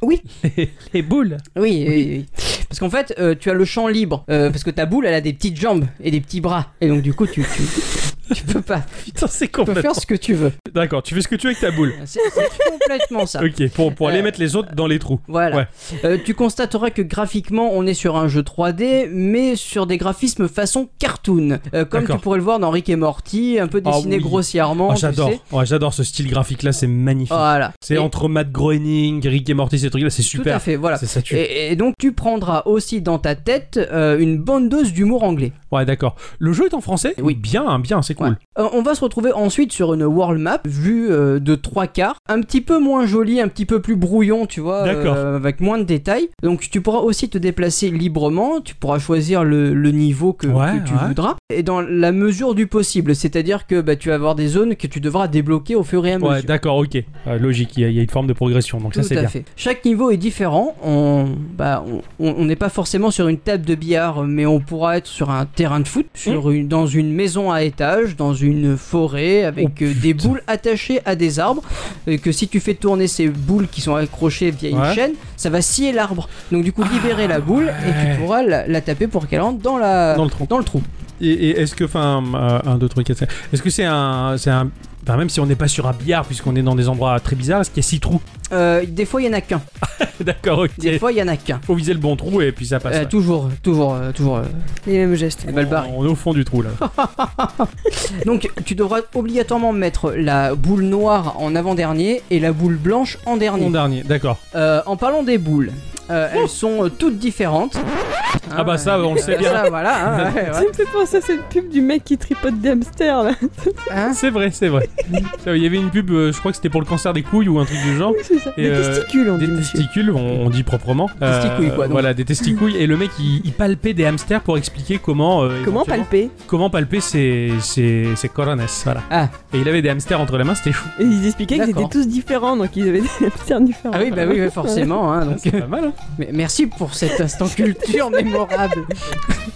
Speaker 2: Oui.
Speaker 1: Les, les boules
Speaker 2: Oui, oui, oui. Parce qu'en fait, euh, tu as le champ libre. euh, parce que ta boule, elle a des petites jambes et des petits bras. Et donc, du coup, tu, tu, tu peux pas.
Speaker 1: Putain, c'est
Speaker 2: Tu peux
Speaker 1: complètement.
Speaker 2: faire ce que tu veux.
Speaker 1: D'accord, tu fais ce que tu veux avec ta boule.
Speaker 2: C'est c'est complètement ça.
Speaker 1: Ok, pour, pour aller
Speaker 2: Euh,
Speaker 1: mettre les autres dans les trous.
Speaker 2: Voilà.
Speaker 1: Ouais.
Speaker 2: Euh, tu constateras que graphiquement, on est sur un jeu 3D, mais sur des graphismes façon cartoon. Euh, comme tu
Speaker 1: D'accord.
Speaker 2: pourrais le voir dans Rick et Morty, un peu
Speaker 1: Ah
Speaker 2: dessiné
Speaker 1: oui.
Speaker 2: grossièrement.
Speaker 1: Oh,
Speaker 2: tu
Speaker 1: j'adore,
Speaker 2: sais.
Speaker 1: Ouais, j'adore ce style graphique là, c'est magnifique.
Speaker 2: Voilà.
Speaker 1: c'est
Speaker 2: Et-
Speaker 1: entre Matt Groening, Rick et Morty, ces trucs là, c'est
Speaker 2: Tout
Speaker 1: super.
Speaker 2: à fait, voilà.
Speaker 1: C'est ça tue.
Speaker 2: Et, et donc tu prendras aussi dans ta tête euh, une bonne dose d'humour anglais.
Speaker 1: Ouais, d'accord. Le jeu est en français
Speaker 2: Oui.
Speaker 1: Bien, hein, bien, c'est cool.
Speaker 2: Ouais. Euh, on va se retrouver ensuite sur une world map vue euh, de trois quarts, un petit peu moins jolie, un petit peu plus brouillon, tu vois,
Speaker 1: D'accord.
Speaker 2: euh, avec moins de détails. Donc tu pourras aussi te déplacer librement, tu pourras choisir le, le niveau que,
Speaker 1: Ouais,
Speaker 2: que tu
Speaker 1: ouais.
Speaker 2: voudras, et dans la mesure du possible, c'est-à-dire que bah, tu vas avoir des zones que tu devras débloquer au fur et à mesure.
Speaker 1: Ouais, d'accord, ok. Euh, logique, il y, a- il y a une forme de progression, donc ça
Speaker 2: Tout
Speaker 1: c'est
Speaker 2: à
Speaker 1: bien.
Speaker 2: fait. Chaque niveau est différent. On bah, on- on on n'est pas forcément sur une table de billard, mais on pourra être sur un terrain de foot, sur une, dans une maison à étage, dans une forêt avec
Speaker 1: Oh,
Speaker 2: euh, des boules attachées à des arbres. Et que si tu fais tourner ces boules qui sont accrochées via une
Speaker 1: Ouais. Ah,
Speaker 2: chaîne, ça va scier l'arbre. Donc du coup, libérer la boule et
Speaker 1: ouais.
Speaker 2: tu pourras la, la taper pour qu'elle entre dans la
Speaker 1: Dans le tronc.
Speaker 2: dans le trou.
Speaker 1: Et, et est-ce que, enfin, euh, un, deux, trois, quatre, cinq. Est-ce que c'est un, c'est un, enfin, même si on n'est pas sur un billard puisqu'on est dans des endroits très bizarres, est-ce qu'il y a six trous
Speaker 2: Euh, des fois, il y en a qu'un.
Speaker 1: D'accord, ok.
Speaker 2: Des fois, il y en a qu'un.
Speaker 1: Faut viser le bon trou et puis ça passe.
Speaker 2: Euh,
Speaker 1: ouais.
Speaker 2: Toujours, toujours, euh, toujours. euh,
Speaker 3: Les mêmes gestes.
Speaker 2: les balles barrées.
Speaker 1: on est au fond du trou là.
Speaker 2: Donc tu devras obligatoirement mettre la boule noire en avant-dernier et la boule blanche en dernier.
Speaker 1: Mon dernier, d'accord.
Speaker 2: Euh, en parlant des boules, euh, elles sont euh, toutes différentes.
Speaker 1: Oh Ah bah ça, on le sait
Speaker 2: euh,
Speaker 1: bien.
Speaker 2: ça, voilà, hein, ouais,
Speaker 1: Ah
Speaker 3: Ça
Speaker 2: ouais.
Speaker 3: me fait penser à cette pub du mec qui tripote des hamsters là.
Speaker 2: Hein
Speaker 1: C'est vrai, c'est vrai. Ça, Il y avait une pub, euh, je crois que c'était pour le cancer des couilles ou un truc du genre.
Speaker 3: Oui, c'est ça.
Speaker 1: Et,
Speaker 3: des
Speaker 1: euh,
Speaker 3: testicules, on dit,
Speaker 1: Des
Speaker 3: monsieur.
Speaker 1: testicules, on, on dit proprement. Euh,
Speaker 2: Testicouilles, quoi, donc.
Speaker 1: Voilà, des testicouilles. Et le mec, il, il palpait des hamsters pour expliquer comment. euh,
Speaker 3: Comment
Speaker 1: éventuellement-
Speaker 3: palper
Speaker 1: Comment palper ses, ses, ses corones, voilà.
Speaker 2: Ah.
Speaker 1: Et il avait des hamsters entre les mains, c'était chou.
Speaker 3: Et ils expliquaient qu'ils
Speaker 2: D'accord.
Speaker 3: étaient tous différents, donc ils avaient des hamsters différents.
Speaker 2: Ah oui, bah oui, ouais, forcément. hein, donc.
Speaker 1: C'est pas mal, hein.
Speaker 2: Mais merci pour cet instant culture mémorable.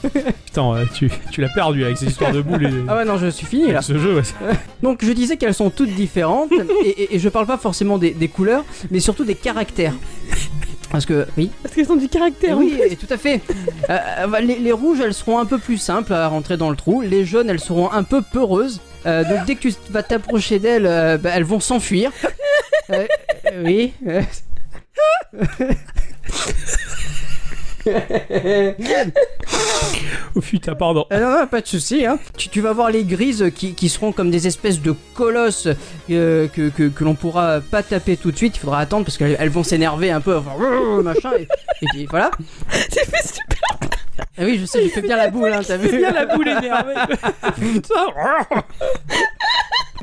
Speaker 1: Putain, euh, tu, tu l'as perdu avec ces histoires de boules et
Speaker 2: Ah ouais, non, je suis fini
Speaker 1: avec
Speaker 2: là.
Speaker 1: ce jeu. ouais.
Speaker 2: Donc je disais qu'elles sont toutes différentes, et, et- et je parle pas forcément des, des couleurs, mais surtout des caractères. Parce que, oui,
Speaker 3: Parce qu'ils ont du
Speaker 2: Eh
Speaker 3: caractère.
Speaker 2: oui, eh, tout à fait. Euh, euh, bah, les, les rouges, elles seront un peu plus simples à rentrer dans le trou. Les jaunes, elles seront un peu peureuses. Euh, donc dès que tu vas t'approcher d'elles, euh, bah, elles vont s'enfuir. Euh, euh, oui. euh.
Speaker 1: Oh putain, pardon.
Speaker 2: Ah non, non, pas de souci. Hein. Tu, tu vas voir les grises qui, qui seront comme des espèces de colosses euh, que, que, que l'on pourra pas taper tout de suite. Il faudra attendre parce qu'elles elles vont s'énerver un peu. enfin, brrr, machin, et, et puis voilà.
Speaker 3: Tu fais super
Speaker 2: Ah oui, je sais, je fais bien la boule. Hein, t'as vu
Speaker 1: bien la boule énervée. Putain.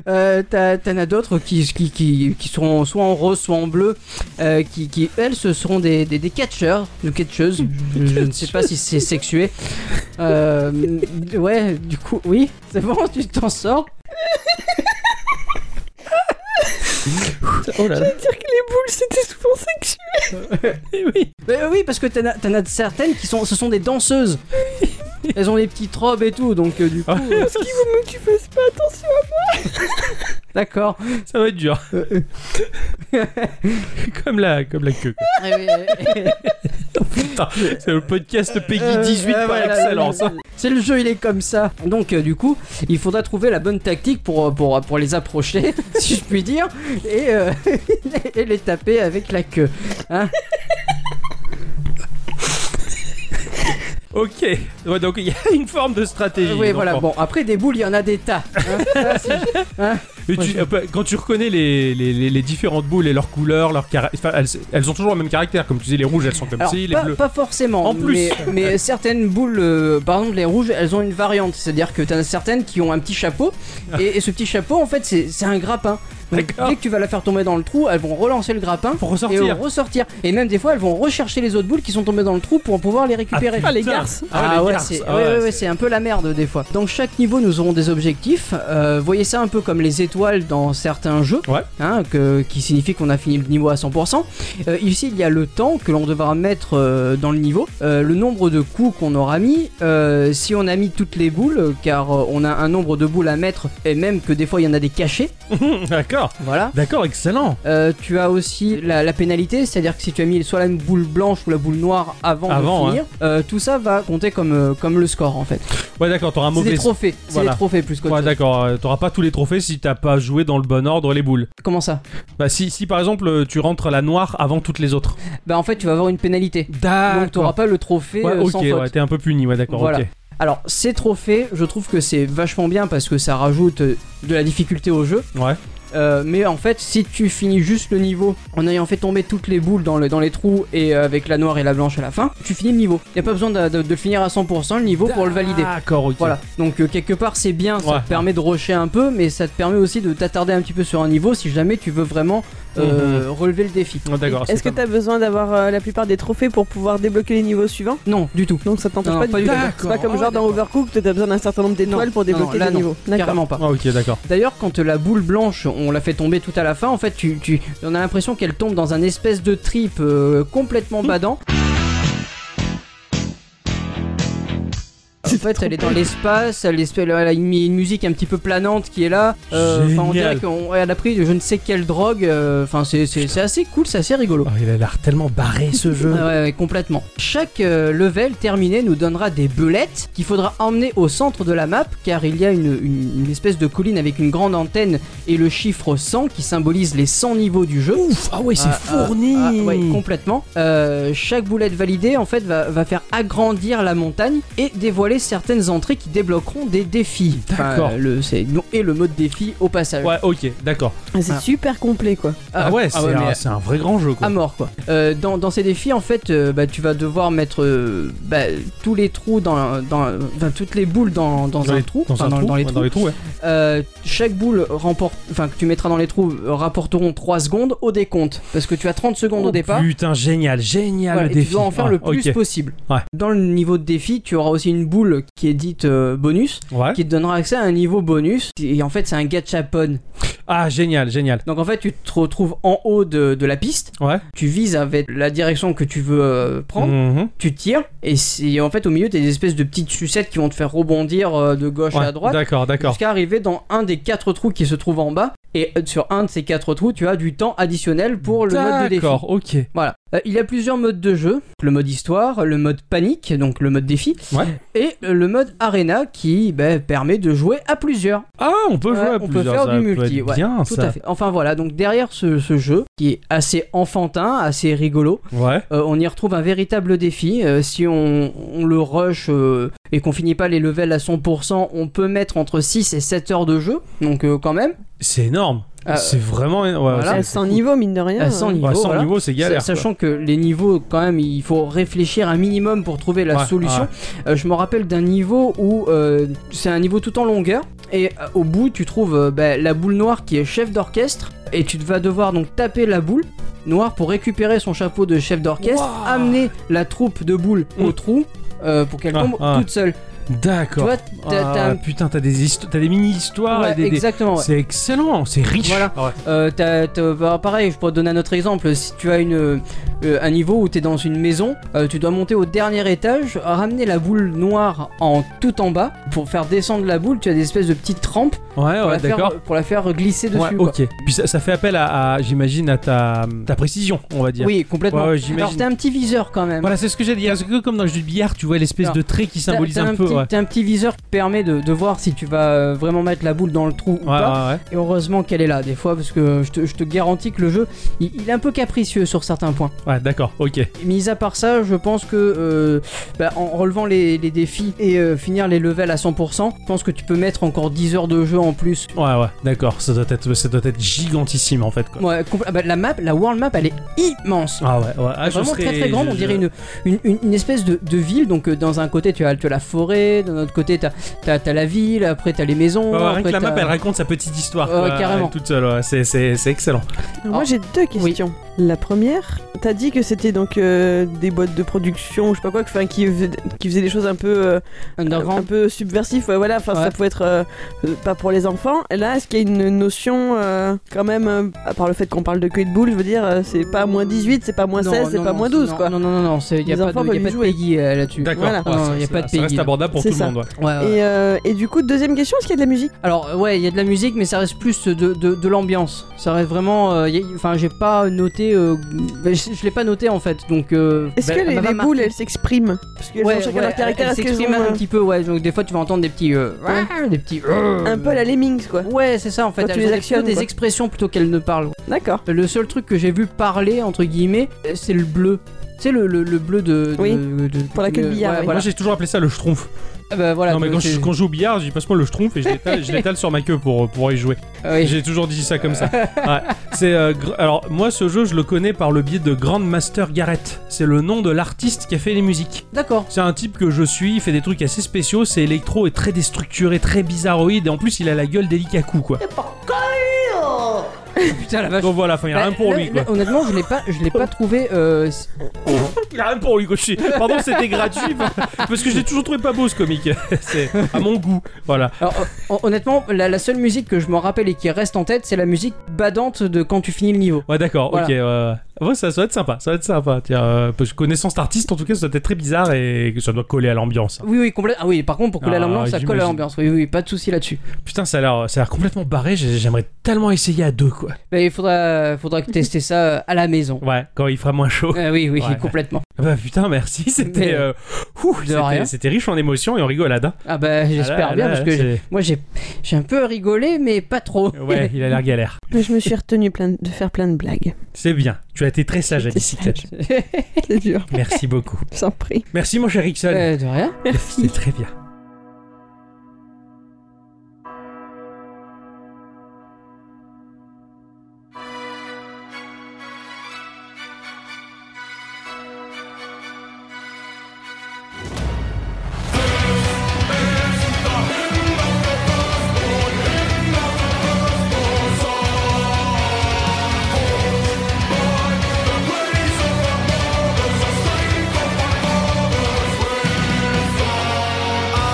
Speaker 2: Euh, t'as- T'en as, d'autres qui, qui, qui, qui seront soit en rose, soit en bleu, euh, qui, qui, elles, ce seront des, des, des catcheurs, ou catcheuses. Je, je ne sais pas si c'est sexué. Euh, ouais, du coup, oui, c'est bon, tu t'en sors.
Speaker 1: Oh là là.
Speaker 3: de dire que les boules c'était souvent sexuel.
Speaker 1: Oui.
Speaker 2: Mais oui, parce que t'en as, t'en as certaines qui sont, ce sont des danseuses. Elles ont des petites robes et tout, donc euh, du
Speaker 1: Ah,
Speaker 2: coup, euh,
Speaker 3: Parce qu'il vaut mieux que tu fasses pas attention.
Speaker 2: d'accord.
Speaker 1: Ça va être dur. comme la, comme la queue. quoi.
Speaker 2: Ah oui, euh,
Speaker 1: Putain, c'est le podcast Peggy
Speaker 2: Euh,
Speaker 1: 18
Speaker 2: euh,
Speaker 1: par
Speaker 2: voilà,
Speaker 1: excellence. hein.
Speaker 2: euh, C'est le jeu, il est comme ça. Donc euh, du coup, il faudra trouver la bonne tactique pour, euh, pour, pour les approcher, si je puis dire, et, euh, et les taper avec la queue.
Speaker 1: Ok. Ouais, donc il y a une forme de stratégie.
Speaker 2: oui,
Speaker 1: donc,
Speaker 2: voilà.
Speaker 1: bon.
Speaker 2: Bon, après des boules, il y en a des tas. hein. Ça, c'est-
Speaker 1: Mais tu-
Speaker 2: Ouais, je-
Speaker 1: euh, quand tu reconnais les, les, les- les différentes boules et leurs couleurs, leurs cara- enfin, elles, elles ont toujours le même caractère. Comme tu disais, les rouges, elles sont comme
Speaker 2: Alors,
Speaker 1: ci, les
Speaker 2: pas,
Speaker 1: bleus.
Speaker 2: pas forcément.
Speaker 1: En plus.
Speaker 2: Mais, mais certaines boules, euh, par exemple les rouges, elles ont une variante. C'est-à-dire que t'en as certaines qui ont un petit chapeau. Et, et ce petit chapeau, en fait, c'est c'est un grappin. Donc,
Speaker 1: D'accord.
Speaker 2: dès que tu vas la faire tomber dans le trou, elles vont relancer le grappin.
Speaker 1: Pour
Speaker 2: Et
Speaker 1: ressortir.
Speaker 2: ressortir. Et même des fois, elles vont rechercher les autres boules qui sont tombées dans le trou pour pouvoir les récupérer.
Speaker 3: Ah, les
Speaker 1: Putain.
Speaker 3: garces.
Speaker 1: Ah, les garces.
Speaker 2: c'est
Speaker 1: Ah
Speaker 2: ouais,
Speaker 1: ouais,
Speaker 2: ouais, ouais,
Speaker 1: c'est-
Speaker 2: c'est un peu la merde des fois. Dans chaque niveau, nous aurons des objectifs. Euh, voyez ça un peu comme les étoiles dans certains jeux,
Speaker 1: Ouais.
Speaker 2: hein, que- qui signifie qu'on a fini le niveau à 100%. Euh, ici, il y a le temps que l'on devra mettre euh, dans le niveau, euh, le nombre de coups qu'on aura mis, euh, si on a mis toutes les boules, car euh, on a un nombre de boules à mettre, et même que des fois il y en a des cachés.
Speaker 1: D'accord.
Speaker 2: Voilà.
Speaker 1: D'accord, excellent.
Speaker 2: Euh, tu as aussi la, la pénalité, c'est-à-dire que si tu as mis soit la boule blanche ou la boule noire avant,
Speaker 1: Avant, hein.
Speaker 2: de finir, euh, tout ça va compter comme, euh, comme le score en fait.
Speaker 1: Ouais, d'accord, t'auras un
Speaker 2: C'est
Speaker 1: mauvais.
Speaker 2: des trophées, c'est
Speaker 1: Voilà.
Speaker 2: des trophées plus que
Speaker 1: Ouais, d'accord, euh, t'auras pas tous les trophées si t'as pas joué dans le bon ordre les boules.
Speaker 2: Comment ça
Speaker 1: Bah, si, si par exemple euh, tu rentres la noire avant toutes les autres.
Speaker 2: Bah en fait tu vas avoir une pénalité. Donc t'auras pas le trophée
Speaker 1: Ah, Ouais,
Speaker 2: euh,
Speaker 1: ok,
Speaker 2: sans faute.
Speaker 1: ouais, t'es un peu puni, ouais, d'accord,
Speaker 2: Voilà.
Speaker 1: ok.
Speaker 2: Alors ces trophées, je trouve que c'est vachement bien parce que ça rajoute euh, de la difficulté au jeu.
Speaker 1: Ouais.
Speaker 2: Euh, mais en fait, si tu finis juste le niveau en ayant fait tomber toutes les boules dans, le- dans les trous et euh, avec la noire et la blanche à la fin, tu finis le niveau. Y a pas besoin de, de- de finir à 100% le niveau pour le valider.
Speaker 1: D'accord, ok.
Speaker 2: Voilà, donc euh, quelque part c'est bien, ça
Speaker 1: Ouais.
Speaker 2: te permet de rusher un peu, mais ça te permet aussi de t'attarder un petit peu sur un niveau si jamais tu veux vraiment
Speaker 1: Mhm.
Speaker 2: euh, relever le défi.
Speaker 1: Ouais, d'accord,
Speaker 3: Est-ce que
Speaker 1: c'est pas-
Speaker 3: t'as besoin d'avoir euh, la plupart des trophées pour pouvoir débloquer les niveaux suivants
Speaker 2: Non, du tout.
Speaker 3: Donc ça t'empêche
Speaker 2: Non,
Speaker 3: pas,
Speaker 2: pas
Speaker 3: du
Speaker 2: du
Speaker 3: tout.
Speaker 2: tout.
Speaker 3: C'est pas
Speaker 2: D'accord.
Speaker 3: comme
Speaker 2: Ah ouais,
Speaker 3: genre dans Overcooked, t'as besoin d'un certain nombre d'étoiles
Speaker 2: Non,
Speaker 3: pour
Speaker 2: non,
Speaker 3: débloquer
Speaker 2: là,
Speaker 3: les
Speaker 2: non.
Speaker 3: niveaux. D'accord.
Speaker 2: Carrément pas.
Speaker 1: Ah, ok, d'accord.
Speaker 2: D'ailleurs, quand euh, la boule blanche, on l'a fait tomber tout à la fin, en fait, tu, tu, on a l'impression qu'elle tombe dans un espèce de trip euh, complètement
Speaker 1: Mhm.
Speaker 2: badant. En fait, elle est dans l'espace, elle, est- elle a une, mu- une musique un petit peu planante qui est là. Euh, Enfin, on
Speaker 1: Génial.
Speaker 2: dirait qu'on- elle a pris je ne sais quelle drogue. euh, Enfin, c'est- c'est c'est assez cool, c'est assez rigolo.
Speaker 1: Oh, il a l'air tellement barré ce jeu.
Speaker 2: Ouais, ouais, ouais, complètement. Chaque euh, level terminé nous donnera des belettes qu'il faudra emmener au centre de la map car il y a une, une- une espèce de colline avec une grande antenne et le chiffre 100 qui symbolise les 100 niveaux du jeu.
Speaker 1: Ouf, ah ouais, c'est
Speaker 2: Ah,
Speaker 1: fourni.
Speaker 2: ah, ouais, complètement. Euh, chaque boulette validée en fait va, va faire agrandir la montagne et dévoiler certaines entrées qui débloqueront des défis. Enfin,
Speaker 1: D'accord.
Speaker 2: euh, le- c'est- et le mode défi au passage.
Speaker 1: Ouais, ok, d'accord.
Speaker 3: Ah, C'est
Speaker 2: Ah.
Speaker 3: super complet quoi.
Speaker 1: Ah, ouais, c'est
Speaker 2: ah ouais,
Speaker 1: un,
Speaker 2: mais-
Speaker 1: c'est un vrai grand jeu, quoi.
Speaker 2: à mort quoi. Euh, dans, dans ces défis en fait euh, bah, tu vas devoir mettre euh, bah, tous les trous dans, dans enfin, toutes les boules dans, dans, un
Speaker 1: les-
Speaker 2: trou,
Speaker 1: dans,
Speaker 2: enfin,
Speaker 1: un
Speaker 2: dans-
Speaker 1: trou,
Speaker 2: dans les
Speaker 1: ouais,
Speaker 2: trous.
Speaker 1: dans les trous, ouais.
Speaker 2: Euh, chaque boule remporte enfin que tu mettras dans les trous euh, rapporteront 3 secondes au décompte parce que tu as 30 secondes
Speaker 1: Oh,
Speaker 2: au départ.
Speaker 1: Putain, génial, génial
Speaker 2: Voilà,
Speaker 1: le
Speaker 2: et
Speaker 1: défi.
Speaker 2: tu dois en faire
Speaker 1: Ouais,
Speaker 2: le plus
Speaker 1: ok.
Speaker 2: possible.
Speaker 1: Ouais.
Speaker 2: Dans le niveau de défi, tu auras aussi une boule qui est dite euh, bonus,
Speaker 1: Ouais.
Speaker 2: qui te donnera accès à un niveau bonus. Et en fait, c'est un gachapon.
Speaker 1: Ah, génial, génial.
Speaker 2: Donc en fait, tu te retrouves en haut de, de la piste.
Speaker 1: Ouais.
Speaker 2: Tu vises avec la direction que tu veux euh, prendre,
Speaker 1: Mhm.
Speaker 2: tu tires, et c'est- en fait au milieu, t'as des espèces de petites sucettes qui vont te faire rebondir euh, de gauche
Speaker 1: Ouais,
Speaker 2: à droite,
Speaker 1: D'accord, d'accord.
Speaker 2: jusqu'à arriver dans un des quatre trous qui se trouve en bas, et euh, sur un de ces quatre trous, tu as du temps additionnel pour le mode de défi.
Speaker 1: D'accord, ok.
Speaker 2: Voilà. Euh, il y a plusieurs modes de jeu, le mode histoire, le mode panique, donc le mode défi,
Speaker 1: Ouais.
Speaker 2: et euh, le mode arena qui ben, permet de jouer à plusieurs.
Speaker 1: Ah, on peut jouer
Speaker 2: Ouais,
Speaker 1: à
Speaker 2: on peut
Speaker 1: plusieurs.
Speaker 2: faire
Speaker 1: ça
Speaker 2: du
Speaker 1: peut
Speaker 2: multi,
Speaker 1: être
Speaker 2: ouais,
Speaker 1: Bien,
Speaker 2: Tout
Speaker 1: Ah, ça.
Speaker 2: à fait. Enfin voilà, donc derrière ce, ce jeu, qui est assez enfantin, assez rigolo,
Speaker 1: Ouais.
Speaker 2: euh, on y retrouve un véritable défi. Euh, si on, on le rush euh, et qu'on finit pas les levels à 100%, on peut mettre entre 6 et 7 heures de jeu, donc euh, quand même.
Speaker 1: C'est énorme.
Speaker 2: Euh,
Speaker 1: c'est vraiment. ouais,
Speaker 2: voilà.
Speaker 1: c'est-
Speaker 3: à 100 Euh, Ah, niveaux mine de rien.
Speaker 2: à 100
Speaker 1: Ouais,
Speaker 2: niveaux.
Speaker 1: sans
Speaker 2: voilà.
Speaker 1: niveau, c'est galère.
Speaker 2: Sa- Sachant que les niveaux, quand même, il faut réfléchir un minimum pour trouver la
Speaker 1: Ouais,
Speaker 2: solution. Euh, je me rappelle d'un niveau où euh, c'est un niveau tout en longueur et euh, au bout tu trouves euh, bah, la boule noire qui est chef d'orchestre et tu vas devoir donc taper la boule noire pour récupérer son chapeau de chef d'orchestre,
Speaker 1: Wouah.
Speaker 2: amener la troupe de boules
Speaker 1: Mm.
Speaker 2: au trou. euh, pour qu'elle
Speaker 1: Ah,
Speaker 2: tombe
Speaker 1: ah.
Speaker 2: toute seule.
Speaker 1: quoi.
Speaker 2: Tu
Speaker 1: D'accord.
Speaker 2: vois, t'as- t'as
Speaker 1: Ah,
Speaker 2: un-
Speaker 1: putain, t'as des, histo- t'as des mini-histoires.
Speaker 2: Ouais,
Speaker 1: et des- des-
Speaker 2: exactement. ouais.
Speaker 1: C'est excellent, c'est riche.
Speaker 2: Voilà.
Speaker 1: Ouais.
Speaker 2: Euh, t'as- t'as- bah, pareil, je pourrais te donner un autre exemple. Si tu as une, euh, un niveau où tu es dans une maison, euh, tu dois monter au dernier étage, ramener la boule noire en tout en bas. Pour faire descendre la boule, tu as des espèces de petites trempes
Speaker 1: Ouais,
Speaker 2: pour,
Speaker 1: Ah ouais,
Speaker 2: la,
Speaker 1: d'accord.
Speaker 2: faire, pour la faire glisser dessus.
Speaker 1: Ouais,
Speaker 2: quoi.
Speaker 1: ok. Puis ça, ça fait appel à, à, j'imagine, à ta, ta précision, on va dire.
Speaker 2: Oui, complètement.
Speaker 1: Ouais, ouais, j'imagine.
Speaker 2: Alors, t'as un petit viseur quand même.
Speaker 1: Voilà, c'est ce que j'allais dire. C'est que comme dans le jeu de billard, tu vois l'espèce
Speaker 2: Non.
Speaker 1: de trait qui
Speaker 2: T'as-
Speaker 1: symbolise
Speaker 2: t'as
Speaker 1: un, peu.
Speaker 2: petit,
Speaker 1: ouais.
Speaker 2: t'as un petit viseur qui permet de, de voir si tu vas euh, vraiment mettre la boule dans le trou ou
Speaker 1: Ouais,
Speaker 2: pas.
Speaker 1: ouais, ouais.
Speaker 2: Et heureusement qu'elle est là des fois parce que je te, je te garantis que le jeu il- il est un peu capricieux sur certains points.
Speaker 1: Ouais, d'accord, ok.
Speaker 2: Mis à part ça, je pense que euh, bah, en relevant les, les défis et euh, finir les levels à 100%, je pense que tu peux mettre encore 10 heures de jeu en plus.
Speaker 1: Ouais, ouais, d'accord. Ça doit être, ça doit être gigantissime en fait. Quoi.
Speaker 2: Ouais, compl- ah bah, la map, la world map, elle est immense.
Speaker 1: Ah ouais, ouais. Ah, je
Speaker 2: vraiment
Speaker 1: serais-
Speaker 2: très très grande,
Speaker 1: je-
Speaker 2: on dirait une, une, une- une espèce de, de ville. Donc, euh, dans un côté, tu as, tu as la forêt, d'un autre côté, tu as, la ville, après, tu as les maisons.
Speaker 1: Ouais, ouais, rien
Speaker 2: après,
Speaker 1: que la
Speaker 2: t'as-
Speaker 1: map, elle raconte sa petite histoire.
Speaker 2: euh. Ouais,
Speaker 1: quoi,
Speaker 2: carrément.
Speaker 1: elle, Toute seule, ouais. c'est, c'est, c'est excellent.
Speaker 3: Alors, moi
Speaker 2: Ah.
Speaker 3: j'ai deux questions. La première, t'as dit que c'était donc euh, des boîtes de production, je sais pas quoi, que- enfin, qui, faisaient- qui faisaient des choses un peu, euh, un
Speaker 2: Underground.
Speaker 3: peu subversives, ouais, voilà, enfin
Speaker 2: Ouais.
Speaker 3: ça pouvait être euh, euh, pas pour les enfants. Et là, est-ce qu'il y a une notion euh, quand même, euh, à part le fait qu'on parle de queue de boule, je veux dire, euh, c'est pas moins 18, c'est pas moins
Speaker 2: Non,
Speaker 3: 16, c'est
Speaker 2: non,
Speaker 3: pas
Speaker 2: non,
Speaker 3: moins 12
Speaker 2: non,
Speaker 3: quoi.
Speaker 2: Non, non, non, il n'y a
Speaker 3: Les
Speaker 2: pas
Speaker 3: enfants
Speaker 2: de, y a
Speaker 3: peuvent
Speaker 2: pas
Speaker 3: y
Speaker 2: de
Speaker 3: jouer.
Speaker 2: Peggy euh, là-dessus.
Speaker 1: D'accord.
Speaker 3: Voilà.
Speaker 1: Ouais,
Speaker 2: Non,
Speaker 1: ça-
Speaker 2: y a
Speaker 1: ça-
Speaker 2: pas de
Speaker 1: Ça
Speaker 2: Peggy,
Speaker 1: reste
Speaker 2: là.
Speaker 1: abordable pour
Speaker 3: C'est
Speaker 1: tout
Speaker 3: ça.
Speaker 1: le monde. ouais.
Speaker 2: Ouais, ouais.
Speaker 3: Et, euh, et du coup, deuxième question, est-ce qu'il y a de la musique
Speaker 2: Alors euh, ouais, il y a de la musique, mais ça reste plus de, de, de l'ambiance. Ça reste vraiment. euh, y a- Enfin, j'ai pas noté. euh, je je l'ai pas noté en fait, donc. euh,
Speaker 3: Est-ce
Speaker 2: bah,
Speaker 3: que
Speaker 2: elle
Speaker 3: les,
Speaker 2: m'a
Speaker 3: les
Speaker 2: marqué.
Speaker 3: boules, elles s'expriment Parce qu'elles ont chacun leur caractère.
Speaker 2: elles
Speaker 3: Est-ce qu'elles
Speaker 2: s'expriment
Speaker 3: ont euh,
Speaker 2: un
Speaker 3: un,
Speaker 2: petit peu, ouais. Donc des fois, tu vas entendre des petits, euh, des petits, euh,
Speaker 3: un peu la Lemmings, quoi
Speaker 2: Ouais, c'est ça en fait.
Speaker 3: Quand tu
Speaker 2: Elles
Speaker 3: les
Speaker 2: ont des-
Speaker 3: actionnes,
Speaker 2: plutôt des
Speaker 3: quoi.
Speaker 2: expressions plutôt qu'elles ne parlent.
Speaker 3: D'accord.
Speaker 2: Le seul truc que j'ai vu parler entre guillemets, euh, c'est le bleu. Tu sais le, le, le bleu de, de-
Speaker 3: Oui,
Speaker 2: de- de-
Speaker 3: pour la queue de billard,
Speaker 2: ouais,
Speaker 3: oui.
Speaker 2: voilà.
Speaker 1: Moi j'ai toujours appelé ça le schtroumpf.
Speaker 2: Ah bah, voilà,
Speaker 1: non mais
Speaker 2: donc
Speaker 1: quand je,
Speaker 2: c'est-
Speaker 1: quand je joue au billard, je dis passe-moi le schtroumpf et je l'étale- je l'étale sur ma queue pour, pour y jouer.
Speaker 2: Ah oui.
Speaker 1: J'ai toujours dit ça comme ça. Ouais. C'est euh, gr- alors moi ce jeu je le connais par le biais de Grandmaster Garrett. C'est le nom de l'artiste qui a fait les musiques.
Speaker 2: D'accord.
Speaker 1: C'est un type que je suis, il fait des trucs assez spéciaux, c'est électro et très déstructuré, très bizarroïde et en plus il a la gueule d'Elikaku quoi.
Speaker 2: Putain la vache.
Speaker 1: Donc voilà, enfin il y a
Speaker 2: Bah,
Speaker 1: rien pour
Speaker 2: là-
Speaker 1: lui quoi.
Speaker 2: là, honnêtement, je l'ai pas, je l'ai pas trouvé. euh, c-
Speaker 1: Il a rien pour lui, coaché. Pardon, c'était gratuit. Parce que je l'ai toujours trouvé pas beau ce comique. C'est à mon goût. Voilà.
Speaker 2: alors, euh, hon- honnêtement, la, la seule musique que je me rappelle et qui reste en tête, c'est la musique badante de quand tu finis le niveau.
Speaker 1: Ouais, d'accord.
Speaker 2: Voilà.
Speaker 1: Ok. ouais. Ouais, ça, ça va être sympa. Ça va être sympa. Tiens, euh, parce que connaissant cet artiste, en tout cas, ça doit être très bizarre et que ça doit coller à l'ambiance. hein.
Speaker 2: Oui, oui, complètement. Ah oui, par contre, pour coller à
Speaker 1: Ah,
Speaker 2: l'ambiance, ça colle à
Speaker 1: j'imagine.
Speaker 2: l'ambiance. Oui, oui, pas de souci là-dessus.
Speaker 1: Putain, ça a l'air, ça a l'air complètement barré. J'ai- J'aimerais tellement essayer à deux, quoi.
Speaker 2: Bah, il faudra, faudra tester ça euh, à la maison.
Speaker 1: Ouais, quand il fera moins chaud.
Speaker 2: Ah oui, oui,
Speaker 1: Ouais.
Speaker 2: complètement.
Speaker 1: Ah Bah putain, merci.
Speaker 2: Mais,
Speaker 1: C'était, euh, ouh,
Speaker 2: rien.
Speaker 1: c'était, c'était riche en émotions et en rigolade. hein.
Speaker 2: Ah bah, j'espère
Speaker 1: Ah là,
Speaker 2: bien
Speaker 1: là,
Speaker 2: parce que j'ai-
Speaker 1: c'est-
Speaker 2: moi j'ai, j'ai un peu rigolé, mais pas trop.
Speaker 1: Ouais, il a l'air galère.
Speaker 3: Mais je me suis retenu plein de de faire plein de blagues.
Speaker 1: C'est bien. Tu as été très sage à
Speaker 3: J'étais
Speaker 1: bicyclette.
Speaker 3: C'est dur,
Speaker 1: Merci beaucoup.
Speaker 3: je t'en prie.
Speaker 1: Merci mon cher Rickson.
Speaker 2: Euh, de rien.
Speaker 1: C'est très bien.
Speaker 5: Oh,
Speaker 6: I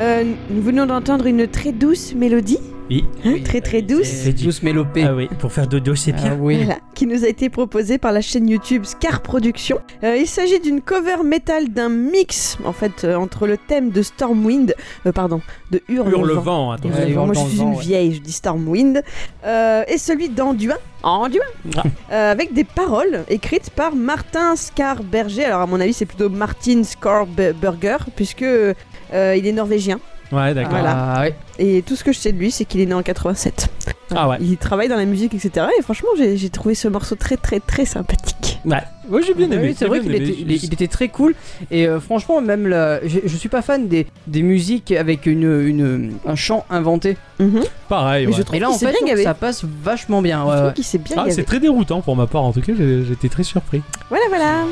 Speaker 3: Euh, nous venons d'entendre une très douce mélodie,
Speaker 1: Oui.
Speaker 3: hein,
Speaker 2: Oui,
Speaker 3: très très douce,
Speaker 2: C'est douce mélopée.
Speaker 1: Ah oui, pour faire dodo, c'est
Speaker 2: Ah
Speaker 1: bien.
Speaker 2: oui.
Speaker 3: voilà, qui nous a été proposée par la chaîne YouTube Scar Productions. Euh, il s'agit d'une cover métal d'un mix, en fait, euh, entre le thème de Stormwind, euh, pardon, de
Speaker 1: Ah,
Speaker 3: Hurlevent.
Speaker 1: Hurlevent, attends.
Speaker 2: Ouais,
Speaker 3: Hurlevent.
Speaker 2: il hurle
Speaker 3: Moi je
Speaker 2: dans le
Speaker 3: suis
Speaker 2: vent,
Speaker 3: une
Speaker 2: ouais.
Speaker 3: vieille, je dis Stormwind, Euh, et celui d'Anduin, Anduin,
Speaker 1: Ah.
Speaker 3: Euh, avec des paroles écrites par Martin Scarberger. Alors à mon avis c'est plutôt Martin Scarberger, puisque euh, il est norvégien.
Speaker 1: Ouais, d'accord.
Speaker 3: Voilà.
Speaker 2: Ah, ouais.
Speaker 3: Et tout ce que je sais de lui, c'est qu'il est né en 87.
Speaker 1: Ah ouais.
Speaker 3: Il travaille dans la musique, etc. Et franchement, j'ai j'ai trouvé ce morceau très, très, très sympathique.
Speaker 1: Ouais, moi j'ai bien
Speaker 2: Ah
Speaker 1: aimé.
Speaker 2: oui, c'est vrai qu'il était, il est- il était très cool. Et euh, franchement, même là, je, je suis pas fan des, des musiques avec une, une, un chant inventé.
Speaker 3: Mhm.
Speaker 1: Pareil, ouais.
Speaker 3: Je trouve
Speaker 2: Et là, en
Speaker 3: qu'il s'est
Speaker 2: fait,
Speaker 3: bien gavé.
Speaker 2: ça passe vachement bien.
Speaker 3: Je
Speaker 2: ouais,
Speaker 3: trouve
Speaker 2: ouais.
Speaker 3: qu'il s'est bien
Speaker 1: Ah,
Speaker 3: gavé.
Speaker 1: c'est très déroutant pour ma part, en tout cas, j'ai- j'étais très surpris.
Speaker 3: Voilà, voilà.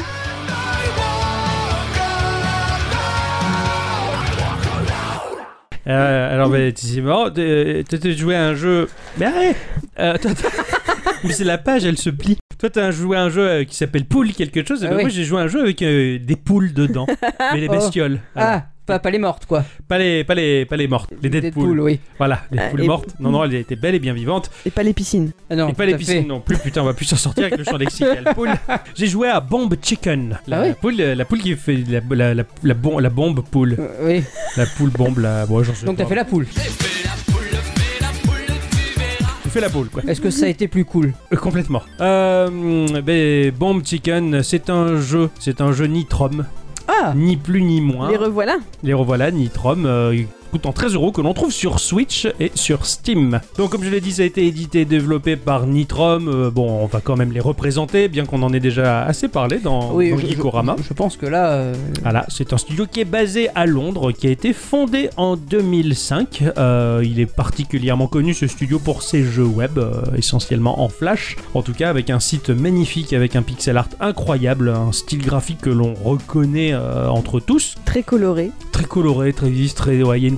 Speaker 1: Euh, alors, bah, tu dis, oh, t'es- t'es t'es joué à un jeu. Mais arrête Euh, toi, t'as- Mais c'est la page, elle se plie. Toi, t'as joué à un jeu euh, qui s'appelle Poule quelque chose, et
Speaker 2: Ah
Speaker 1: ben,
Speaker 2: oui.
Speaker 1: moi j'ai joué à un jeu avec euh, des poules dedans. mais les
Speaker 2: Oh.
Speaker 1: bestioles.
Speaker 2: Ah,
Speaker 1: Voilà.
Speaker 2: pas, pas les mortes, quoi.
Speaker 1: Pas, les, pas, les, pas les mortes, les Deadpool.
Speaker 2: Deadpool, oui.
Speaker 1: Voilà, les
Speaker 3: Euh,
Speaker 1: poules
Speaker 3: et-
Speaker 1: mortes. Non, non, elles étaient belles et bien vivantes.
Speaker 3: Et pas les piscines.
Speaker 2: Ah non,
Speaker 1: et
Speaker 2: tout
Speaker 1: pas les
Speaker 2: à fait.
Speaker 1: piscines non plus, putain, on va plus s'en sortir avec le champ lexique. Il y a le poule. J'ai joué à Bomb Chicken. La,
Speaker 2: Ah ouais
Speaker 1: poule, euh, la poule qui fait la, la, la, la bon- la bombe poule.
Speaker 2: Euh, oui.
Speaker 1: La poule bombe, la. Bon, j'en sais
Speaker 2: Donc
Speaker 1: pas.
Speaker 2: t'as fait la poule.
Speaker 1: J'ai fait la poule, quoi.
Speaker 2: Est-ce que ça a été plus cool
Speaker 1: Euh, Complètement. Euh, ben, Bomb Chicken, c'est un jeu. C'est un jeu Nitrom.
Speaker 2: Ah
Speaker 1: Ni plus ni moins.
Speaker 3: Les revoilà.
Speaker 1: Les revoilà, Nitrom, euh, coûtant 13 euros que l'on trouve sur Switch et sur Steam. Donc, comme je l'ai dit, ça a été édité et développé par Nitrom. Euh, bon, on va quand même les représenter, bien qu'on en ait déjà assez parlé dans,
Speaker 2: Oui,
Speaker 1: dans
Speaker 2: je,
Speaker 1: Geekorama.
Speaker 2: je- je pense que là. euh,
Speaker 1: Voilà, c'est un studio qui est basé à Londres, qui a été fondé en 2005. Euh, il est particulièrement connu ce studio pour ses jeux web, euh, essentiellement en flash. En tout cas, avec un site magnifique, avec un pixel art incroyable, un style graphique que l'on reconnaît euh, entre tous.
Speaker 3: Très colorés.
Speaker 1: Très coloré, très vif, très. ouais, il y a une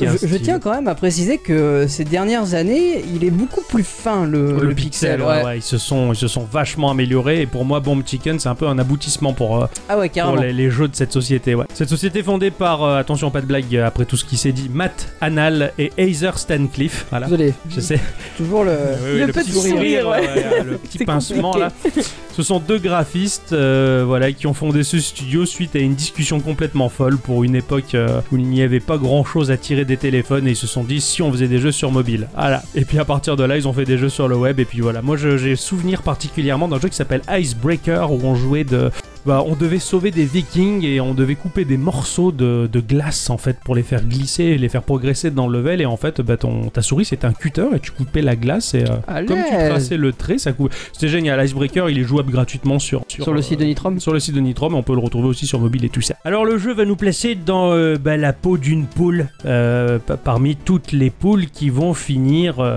Speaker 2: alors,
Speaker 1: il y a un
Speaker 2: Ah, je, je
Speaker 1: style.
Speaker 2: tiens quand même à préciser que euh, ces dernières années, il est beaucoup plus fin le,
Speaker 1: le,
Speaker 2: le
Speaker 1: pixel, ouais, ouais, ils, se sont, ils se sont vachement améliorés et pour moi Bomb Chicken c'est un peu un aboutissement pour, euh,
Speaker 2: Ah ouais, carrément.
Speaker 1: pour les, les jeux de cette société. Ouais. Cette société fondée par, euh, attention, pas de blague, euh, après tout ce qui s'est dit, Matt Anal et Azer Stancliffe. Voilà.
Speaker 2: Désolé,
Speaker 1: Je sais.
Speaker 2: toujours le.
Speaker 1: Oui, oui,
Speaker 3: le petit sourire, ouais.
Speaker 1: ouais, euh, le petit
Speaker 3: C'est
Speaker 1: pincement là. Ce sont deux graphistes, euh, voilà, qui ont fondé ce studio suite à une discussion complètement folle pour une époque euh, où il n'y avait pas grand-chose à tirer des téléphones et ils se sont dit si on faisait des jeux sur mobile. Voilà. Et puis à partir de là, ils ont fait des jeux sur le web et puis voilà. Moi, je- j'ai souvenir particulièrement d'un jeu qui s'appelle Icebreaker où on jouait de bah, on devait sauver des vikings et on devait couper des morceaux de, de glace en fait pour les faire glisser et les faire progresser dans le level et en fait bah, ton, ta souris c'était un cutter et tu coupais la glace et euh,
Speaker 2: À
Speaker 1: comme tu
Speaker 2: l'aise.
Speaker 1: traçais le trait ça coupait c'était génial Icebreaker il est jouable gratuitement sur, euh,
Speaker 2: Sur le site de Nitrom
Speaker 1: sur le site de Nitro, mais on peut le retrouver aussi sur mobile et tout ça. Alors le jeu va nous placer dans euh, bah, la peau d'une poule, euh, pa- parmi toutes les poules qui vont finir euh,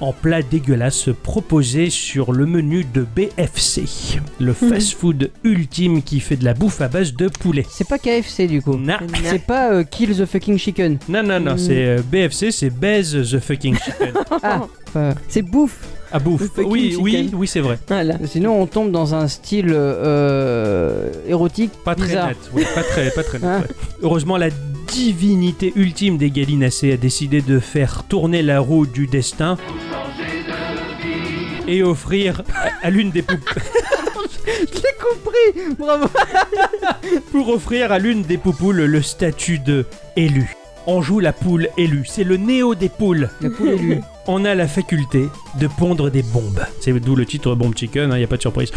Speaker 1: en plat dégueulasse proposé sur le menu de BFC, le
Speaker 2: Mhm.
Speaker 1: fast-food ultime qui fait de la bouffe à base de poulet.
Speaker 2: C'est pas KFC du coup.
Speaker 1: Na-
Speaker 2: C'est pas euh, Kill the fucking chicken.
Speaker 1: Non, non, non,
Speaker 2: Mhm.
Speaker 3: Mm.
Speaker 1: c'est euh, BFC, c'est baise the fucking chicken.
Speaker 2: Ah, euh,
Speaker 3: C'est bouffe.
Speaker 1: à bouffe.
Speaker 3: The fucking
Speaker 1: Oui, oui,
Speaker 3: chicken.
Speaker 1: oui, c'est vrai.
Speaker 3: Voilà.
Speaker 2: sinon on tombe dans un style euh, érotique
Speaker 1: Pas très
Speaker 2: bizarre.
Speaker 1: net, ouais, pas très, pas très net.
Speaker 2: Hein
Speaker 1: ouais. Heureusement, la divinité ultime des gallinacées a décidé de faire tourner la roue du destin et offrir à- à l'une des pou-
Speaker 2: Je l'ai compris Bravo
Speaker 1: pour offrir à l'une des poupoules le statut de élu. On joue la poule élue, c'est le néo des poules.
Speaker 2: La poule élue.
Speaker 1: On a la faculté de pondre des bombes. C'est d'où le titre Bomb Chicken, il n'y a pas de surprise.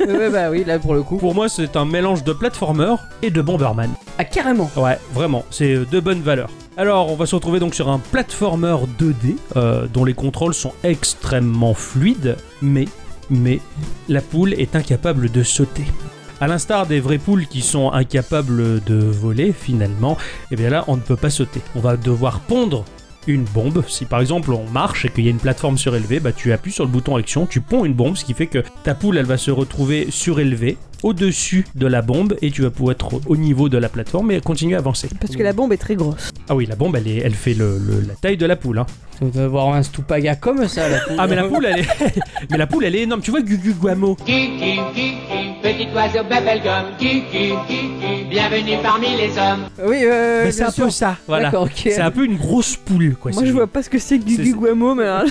Speaker 2: ouais, bah oui, là pour le coup.
Speaker 1: Pour moi, c'est un mélange de platformer et de bomberman.
Speaker 2: Ah, carrément
Speaker 1: Ouais, vraiment, c'est de bonnes valeurs. Alors, on va se retrouver donc sur un platformer 2D euh, dont les contrôles sont extrêmement fluides, mais, mais, la poule est incapable de sauter. À l'instar des vraies poules qui sont incapables de voler finalement, eh bien là, on ne peut pas sauter. On va devoir pondre une bombe. Si par exemple on marche et qu'il y a une plateforme surélevée, bah tu appuies sur le bouton action, tu ponds une bombe, ce qui fait que ta poule elle va se retrouver surélevée au-dessus de la bombe et tu vas pouvoir être au- au niveau de la plateforme et continuer à avancer.
Speaker 3: Parce que la bombe est très grosse.
Speaker 1: Ah oui, la bombe, elle, est- elle fait le- le- la taille de la poule. hein.
Speaker 2: Tu dois avoir un Stupaga comme ça, la poule.
Speaker 1: Ah mais la poule, elle est, mais la poule, elle est énorme. Tu vois Gugu Guamo
Speaker 6: Kiki, kiki, petit oiseau bubblegum, kiki, kiki, bienvenue parmi les hommes.
Speaker 2: Oui, euh,
Speaker 1: Mais Ben, c'est
Speaker 2: bien
Speaker 1: un
Speaker 2: sûr.
Speaker 1: peu ça, voilà.
Speaker 2: D'accord, ok.
Speaker 1: Ah, C'est un peu une grosse poule, quoi.
Speaker 3: Moi
Speaker 1: c'est-
Speaker 3: je vois pas ce que c'est que
Speaker 1: C'est-
Speaker 3: Gugu Guamo, mais alors-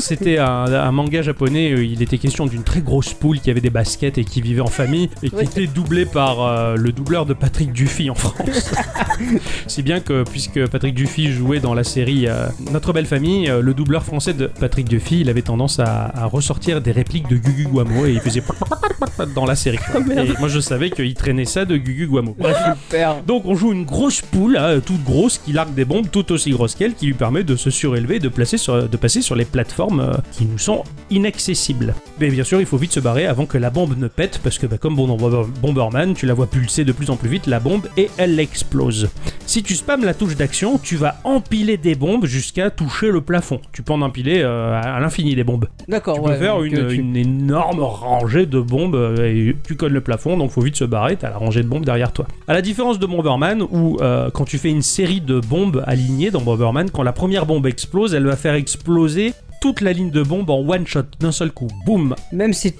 Speaker 1: C'était un, un manga japonais, euh, il était question d'une très grosse poule qui avait des baskets et qui vivait en famille et qui
Speaker 2: Oui.
Speaker 1: était doublée par euh, le doubleur de Patrick Duffy en France. si bien que, puisque Patrick Duffy jouait dans la série euh, Notre Belle Famille, euh, le doubleur français de Patrick Duffy, il avait tendance à, à ressortir des répliques de Gugu Guamo et il faisait dans la série. et moi je savais qu'il traînait ça de Gugu Guamo. Bref.
Speaker 2: Super.
Speaker 1: Donc on joue une grosse poule, hein, toute grosse, qui largue des bombes tout aussi grosses qu'elle, qui lui permet de se surélever, de, placer sur- de passer sur les plateformes euh, qui nous sont inaccessibles. Mais bien sûr, il faut vite se barrer avant que la bombe ne pète, parce que bah, comme bon dans Bomber- Bomberman, tu la vois pulser de plus en plus vite, la bombe, et elle explose. Si tu spammes la touche d'action, tu vas empiler des bombes jusqu'à toucher le plafond. Tu peux en empiler euh, à à l'infini des bombes.
Speaker 2: D'accord,
Speaker 1: Tu
Speaker 2: ouais.
Speaker 1: peux faire
Speaker 2: donc,
Speaker 1: une,
Speaker 2: euh, tu-
Speaker 1: une énorme rangée de bombes euh, et tu colles le plafond, donc faut vite se barrer, t'as la rangée de bombes derrière toi. À la différence de Bomberman, où euh, quand tu fais une série de bombes alignées dans Bomberman, quand la première bombe explose, elle va faire exploser toute la ligne de bombes en one shot, d'un seul coup. Boum
Speaker 2: Même si.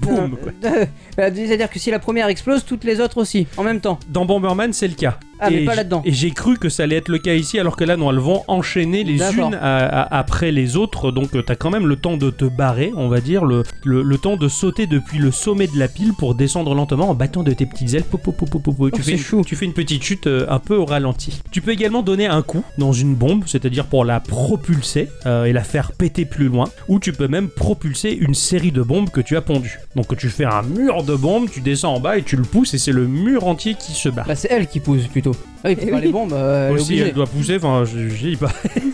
Speaker 1: Boum
Speaker 2: Euh, euh, C'est-à-dire que si la première explose, toutes les autres aussi, en même temps.
Speaker 1: Dans Bomberman, c'est le cas.
Speaker 2: Ah, mais
Speaker 1: Et
Speaker 2: pas
Speaker 1: j-
Speaker 2: là-dedans.
Speaker 1: Et j'ai cru que ça allait être le cas ici, alors que là, non, elles vont enchaîner les
Speaker 2: D'accord.
Speaker 1: unes à- à- après les autres. Donc, euh, t'as quand même le temps de te barrer, on va dire, le, le, le temps de sauter depuis le sommet de la pile pour descendre lentement en battant de tes petites ailes. Pou, pou, pou, pou, pou, pou.
Speaker 2: Oh,
Speaker 1: tu,
Speaker 2: c'est
Speaker 1: fais
Speaker 2: chou.
Speaker 1: une, tu fais une petite chute euh, un peu au ralenti. Tu peux également donner un coup dans une bombe, c'est-à-dire pour la propulser euh, et la faire péter plus loin, ou tu peux même propulser une série de bombes que tu as pondues. Donc, tu fais un mur de bombes, tu descends en bas et tu le pousses, et c'est le mur entier qui se bat.
Speaker 2: Bah, c'est elle qui pousse plutôt. Ah oui, parce que
Speaker 3: Eh
Speaker 2: par
Speaker 3: oui.
Speaker 2: les bombes, euh, elle est
Speaker 1: Aussi,
Speaker 2: obligée.
Speaker 1: elle doit pousser, enfin, je, je dis pas.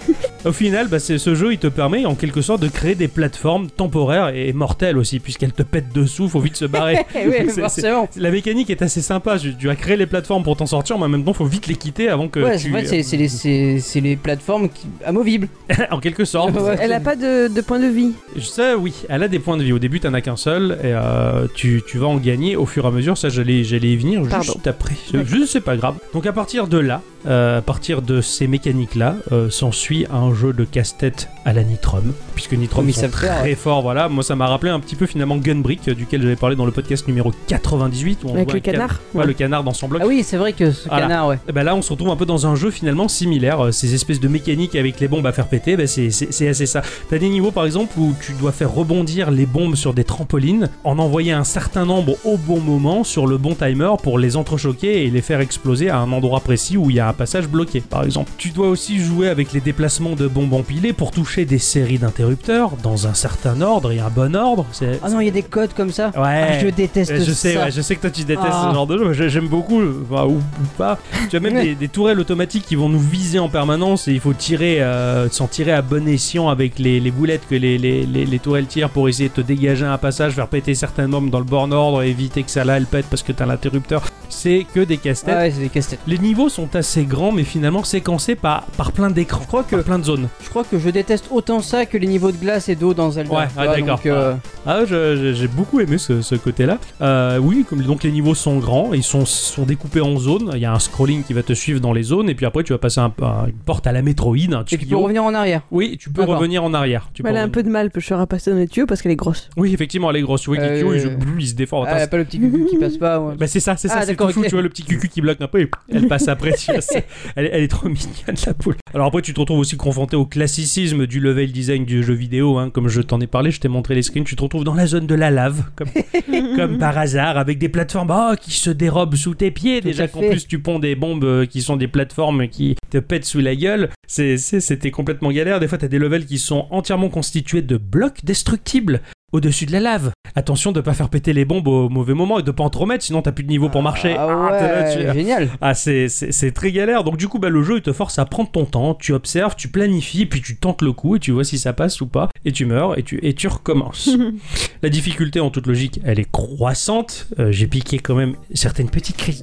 Speaker 1: Au final, bah, c'est- ce jeu, il te permet en quelque sorte de créer des plateformes temporaires et mortelles aussi, puisqu'elles te pètent dessous, faut vite se barrer.
Speaker 2: Eh oui,
Speaker 1: C'est-
Speaker 2: forcément.
Speaker 1: La mécanique est assez sympa, tu, tu as créé les plateformes pour t'en sortir, mais en même temps, faut vite les quitter avant que
Speaker 2: Ouais, c'est
Speaker 1: tu...
Speaker 2: vrai, c'est- c'est les, c'est- c'est les plateformes qui- amovibles.
Speaker 1: en quelque sorte.
Speaker 2: Ouais.
Speaker 3: elle a pas de, de point de vie.
Speaker 1: Ça, oui, elle a des points de vie. Au début, t'en as qu'un seul, et euh, tu, tu vas en gagner au fur et à mesure. Ça, j'allais, j'allais y venir juste
Speaker 3: Pardon.
Speaker 1: après. C'est- Juste, c'est pas grave. Donc, à partir de là, euh, à partir de ces mécaniques-là, euh, s'ensuit un jeu de casse-tête à la Nitrom, puisque Nitrom
Speaker 2: Comme ils
Speaker 1: sont
Speaker 2: savent faire,
Speaker 1: très forts. Voilà, moi, ça m'a rappelé un petit peu finalement Gunbrick, euh, duquel j'avais parlé dans le podcast numéro 98, où on
Speaker 3: Avec
Speaker 1: voit
Speaker 3: le
Speaker 1: un can-
Speaker 3: canard.
Speaker 1: ouais, le canard dans son bloc.
Speaker 2: Ah oui, c'est vrai que ce
Speaker 1: Voilà.
Speaker 2: canard, ouais.
Speaker 1: Eh ben là, on se retrouve un peu dans un jeu finalement similaire. Euh, Ces espèces de mécaniques avec les bombes à faire péter, ben c'est- c'est c'est assez ça. T'as des niveaux par exemple où tu dois faire rebondir les bombes sur des trampolines, en envoyer un certain nombre au bon moment sur le bon timer pour les entrechoquer et les faire exploser à un endroit précis où il y a un passage bloqué par exemple. Tu dois aussi jouer avec les déplacements de bombes empilées pour toucher des séries d'interrupteurs dans un certain ordre et un bon ordre. C'est-
Speaker 2: Ah non, il y a des codes comme ça. Ah,
Speaker 1: Ouais.
Speaker 2: je déteste
Speaker 1: Ouais, Euh, je sais,
Speaker 2: ça.
Speaker 1: ouais, je sais que toi tu détestes
Speaker 2: Ah.
Speaker 1: ce genre de jeu, mais je- j'aime beaucoup, enfin, ou, ou pas. Tu as même des, des tourelles automatiques qui vont nous viser en permanence et il faut tirer, euh, s'en tirer à bon escient avec les, les boulettes que les, les- les- les tourelles tirent pour essayer de te dégager un passage, faire péter certaines bombes dans le borne ordre, et éviter que ça là elle pète parce que t'as l'interrupteur. C'est que des casse-têtes.
Speaker 2: Ah ouais, c'est des casse-têtes.
Speaker 1: Les niveaux sont assez grands, mais finalement séquencés par, par plein d'écrans. Je crois que plein de zones.
Speaker 2: Je crois que je déteste autant ça que les niveaux de glace et d'eau dans Zelda.
Speaker 1: Ouais,
Speaker 2: tu
Speaker 1: ah,
Speaker 2: vois,
Speaker 1: d'accord.
Speaker 2: donc, euh,
Speaker 1: Ah, je- je- j'ai beaucoup aimé ce, ce côté-là. Euh, oui, comme, donc les niveaux sont grands, ils sont, sont découpés en zones. Il y a un scrolling qui va te suivre dans les zones, et puis après tu vas passer un- un- une porte à la Metroid, un
Speaker 2: Et tu peux
Speaker 1: tuyau.
Speaker 2: revenir en arrière.
Speaker 1: Oui, tu peux
Speaker 2: D'accord.
Speaker 1: revenir en arrière. Tu peux
Speaker 3: elle a un
Speaker 1: revenir-
Speaker 3: peu de mal, je suis repasser dans les tuyaux parce qu'elle est grosse.
Speaker 1: Oui, effectivement, elle est grosse. Tu vois que les
Speaker 2: Euh,
Speaker 1: tuyaux, ils se-
Speaker 2: euh,
Speaker 1: ils se défendent.
Speaker 2: Ah, y a pas le petit gugu qui passe pas. ouais.
Speaker 1: Bah c'est ça, c'est
Speaker 2: Ah,
Speaker 1: ça, c'est tout
Speaker 2: d'accord,
Speaker 1: fou,
Speaker 2: ok.
Speaker 1: tu vois le petit cucu qui bloque un peu et elle passe après, tu vois, c'est- elle, est- elle est trop mignonne la poule. Alors après tu te retrouves aussi confronté au classicisme du level design du jeu vidéo, hein, comme je t'en ai parlé, je t'ai montré les screens, tu te retrouves dans la zone de la lave, comme, comme par hasard, avec des plateformes oh, qui se dérobent sous tes pieds,
Speaker 2: Tout
Speaker 1: déjà
Speaker 2: à
Speaker 1: qu'en
Speaker 2: fait.
Speaker 1: plus tu ponds des bombes euh, qui sont des plateformes qui te pètent sous la gueule, C'est- c'est- c'était complètement galère, des fois t'as des levels qui sont entièrement constitués de blocs destructibles au-dessus de la lave. Attention de pas faire péter les bombes au mauvais moment et de pas en trop mettre, sinon t'as plus de niveau pour marcher.
Speaker 2: Ah
Speaker 1: Ah, t'es là,
Speaker 2: ouais,
Speaker 1: tu-
Speaker 2: génial.
Speaker 1: Ah, c'est- c'est c'est très galère. Donc du coup, bah, le jeu, il te force à prendre ton temps. Tu observes, tu planifies, puis tu tentes le coup et tu vois si ça passe ou pas. Et tu meurs et tu, et tu recommences. La difficulté, en toute logique, elle est croissante. Euh, J'ai piqué quand même certaines petites crises.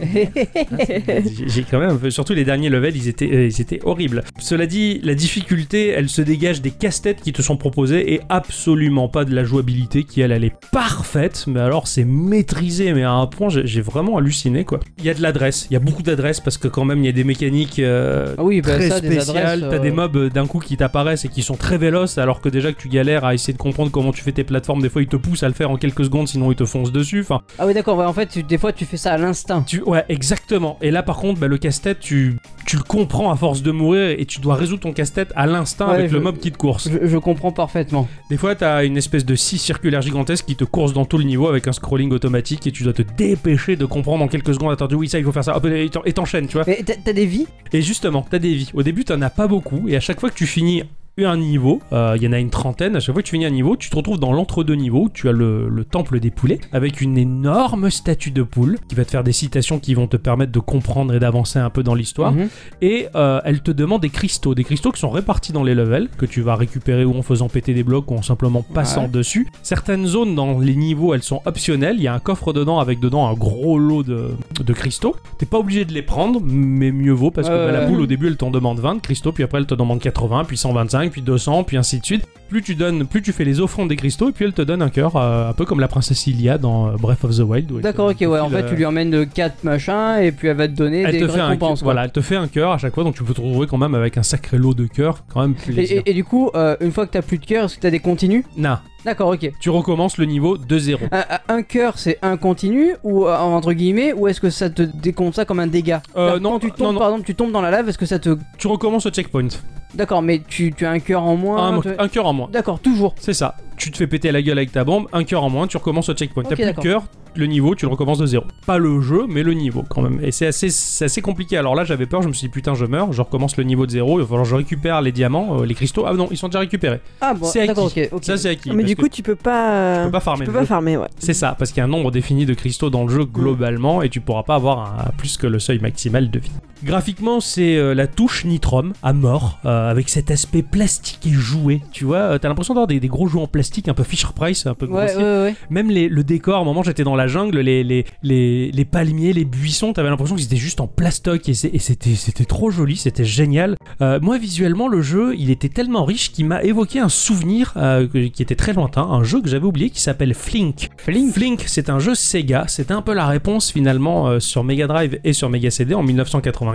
Speaker 1: J'ai- J'ai quand même, un peu- surtout les derniers levels, ils étaient, euh, ils étaient horribles. Cela dit, la difficulté, elle se dégage des casse-têtes qui te sont proposés et absolument pas de la jouabilité maniabilité qui, elle, elle est parfaite, mais alors c'est maîtrisé, mais à un point, j'ai j'ai vraiment halluciné, quoi. Il y a de l'adresse, il y a beaucoup d'adresse, parce que quand même, il y a des mécaniques euh,
Speaker 2: Ah oui, bah,
Speaker 1: très
Speaker 2: ça, des adresses,
Speaker 1: spéciales. T'as
Speaker 2: euh,
Speaker 1: des mobs euh, d'un coup qui t'apparaissent et qui sont très véloces, alors que déjà que tu galères à essayer de comprendre comment tu fais tes plateformes, des fois, ils te poussent à le faire en quelques secondes, sinon ils te foncent dessus. Enfin,
Speaker 2: Ah oui, d'accord, ouais, en fait, tu- des fois tu fais ça à l'instinct.
Speaker 1: tu... Ouais, exactement. Et là, par contre, bah, le casse-tête, tu... tu le comprends à force de mourir et tu dois résoudre ton casse-tête à l'instinct
Speaker 2: Ouais,
Speaker 1: avec le
Speaker 2: je-
Speaker 1: mob qui te course.
Speaker 2: Je, je comprends parfaitement.
Speaker 1: Des fois, t'as une espèce de scie circulaire gigantesque qui te course dans tout le niveau avec un scrolling automatique et tu dois te dépêcher de comprendre en quelques secondes. Attends, oui, ça, il faut faire ça. Hop, et t'en- et t'enchaînes, tu vois.
Speaker 2: Mais t'as t'as des vies
Speaker 1: Et justement, t'as des vies. Au début, t'en as pas beaucoup et à chaque fois que tu finis un niveau, euh, il y en a une trentaine, à chaque fois que tu finis un niveau, tu te retrouves dans l'entre-deux niveaux, où tu as le, le temple des poulets, avec une énorme statue de poule, qui va te faire des citations qui vont te permettre de comprendre et d'avancer un peu dans l'histoire,
Speaker 2: Mhm.
Speaker 1: et euh, elle te demande des cristaux, des cristaux qui sont répartis dans les levels, que tu vas récupérer ou en faisant péter des blocs ou en simplement passant
Speaker 2: Ouais.
Speaker 1: dessus. Certaines zones dans les niveaux, elles sont optionnelles, il y a un coffre dedans avec dedans un gros lot de, de cristaux. T'es pas obligé de les prendre, mais mieux vaut parce que
Speaker 2: Ouais,
Speaker 1: bah, la
Speaker 2: ouais.
Speaker 1: boule au début elle t'en demande 20 de cristaux, puis après elle te demande 80, puis 125, puis 200, puis ainsi de suite. Plus tu donnes, plus tu fais les offrandes des cristaux, et puis elle te donne un cœur, euh, un peu comme la princesse Ilia dans euh, Breath of the Wild. où elle te-
Speaker 2: D'accord, ok,
Speaker 1: elle te
Speaker 2: ouais. En
Speaker 1: file,
Speaker 2: fait,
Speaker 1: euh,
Speaker 2: tu lui emmènes 4 machins et puis elle va te donner
Speaker 1: elle
Speaker 2: des
Speaker 1: te, fait un,
Speaker 2: récompenses. quoi.
Speaker 1: voilà, elle te fait un cœur à chaque fois, donc tu peux te retrouver quand même avec un sacré lot de cœurs, quand même
Speaker 2: Et,
Speaker 1: plaisir.
Speaker 2: et- et du coup, euh, une fois que t'as plus de cœur, est-ce que t'as des continus
Speaker 1: Non,
Speaker 2: D'accord, ok.
Speaker 1: tu recommences le niveau de zéro.
Speaker 2: Un, un- un cœur, c'est un continu ou euh, entre guillemets, ou est-ce que ça te décompte ça comme un dégât
Speaker 1: Euh,
Speaker 2: C'est-à-dire,
Speaker 1: non,
Speaker 2: quand tu tombes,
Speaker 1: non, non.
Speaker 2: par exemple, tu tombes dans la lave, est-ce que ça te.
Speaker 1: Tu recommences au checkpoint,
Speaker 2: D'accord, mais tu, tu as un cœur en moins.
Speaker 1: un,
Speaker 2: tu-
Speaker 1: un cœur en moins.
Speaker 2: D'accord, toujours.
Speaker 1: C'est ça. Tu te fais péter la gueule avec ta bombe, un cœur en moins, tu recommences au checkpoint.
Speaker 2: Ok,
Speaker 1: T'as plus de
Speaker 2: d'accord.
Speaker 1: cœur, le niveau, tu le recommences de zéro. Pas le jeu, mais le niveau quand même. Et c'est assez, c'est assez compliqué. Alors là, j'avais peur, je me suis dit putain, je meurs, je recommence le niveau de zéro, il va falloir que je récupère les diamants, euh, les cristaux. Ah non, ils sont déjà récupérés.
Speaker 2: Ah bon,
Speaker 1: C'est acquis.
Speaker 2: d'accord, ok. ok.
Speaker 1: Ça, c'est acquis.
Speaker 3: Ah, mais
Speaker 1: parce
Speaker 3: du
Speaker 1: que
Speaker 3: coup, tu peux pas. euh,
Speaker 1: tu peux pas farmer.
Speaker 3: tu
Speaker 1: le
Speaker 3: peux pas
Speaker 1: jeu.
Speaker 3: farmer, ouais.
Speaker 1: C'est ça, parce qu'il y a un nombre défini de cristaux dans le jeu globalement et tu pourras pas avoir un- plus que le seuil maximal de vie. Graphiquement, c'est euh, la touche Nitrom à mort, euh, avec cet aspect plastique et joué. Tu vois, euh, t'as l'impression d'avoir des, des gros jouets en plastique, un peu Fisher Price, un peu
Speaker 2: Ouais, ouais,
Speaker 1: grossier.
Speaker 2: ouais.
Speaker 1: Même les- le décor, à un moment j'étais dans la jungle, les, les, les, les palmiers, les buissons, t'avais l'impression qu'ils étaient juste en plastoc et, c'est- et c'était, c'était trop joli, c'était génial. Euh, moi visuellement, le jeu, il était tellement riche qu'il m'a évoqué un souvenir euh, que- qui était très lointain, un jeu que j'avais oublié qui s'appelle Flink. Flink, c'est un jeu Sega, c'était un peu la réponse finalement euh, sur Mega Drive et sur Mega CD en 1994.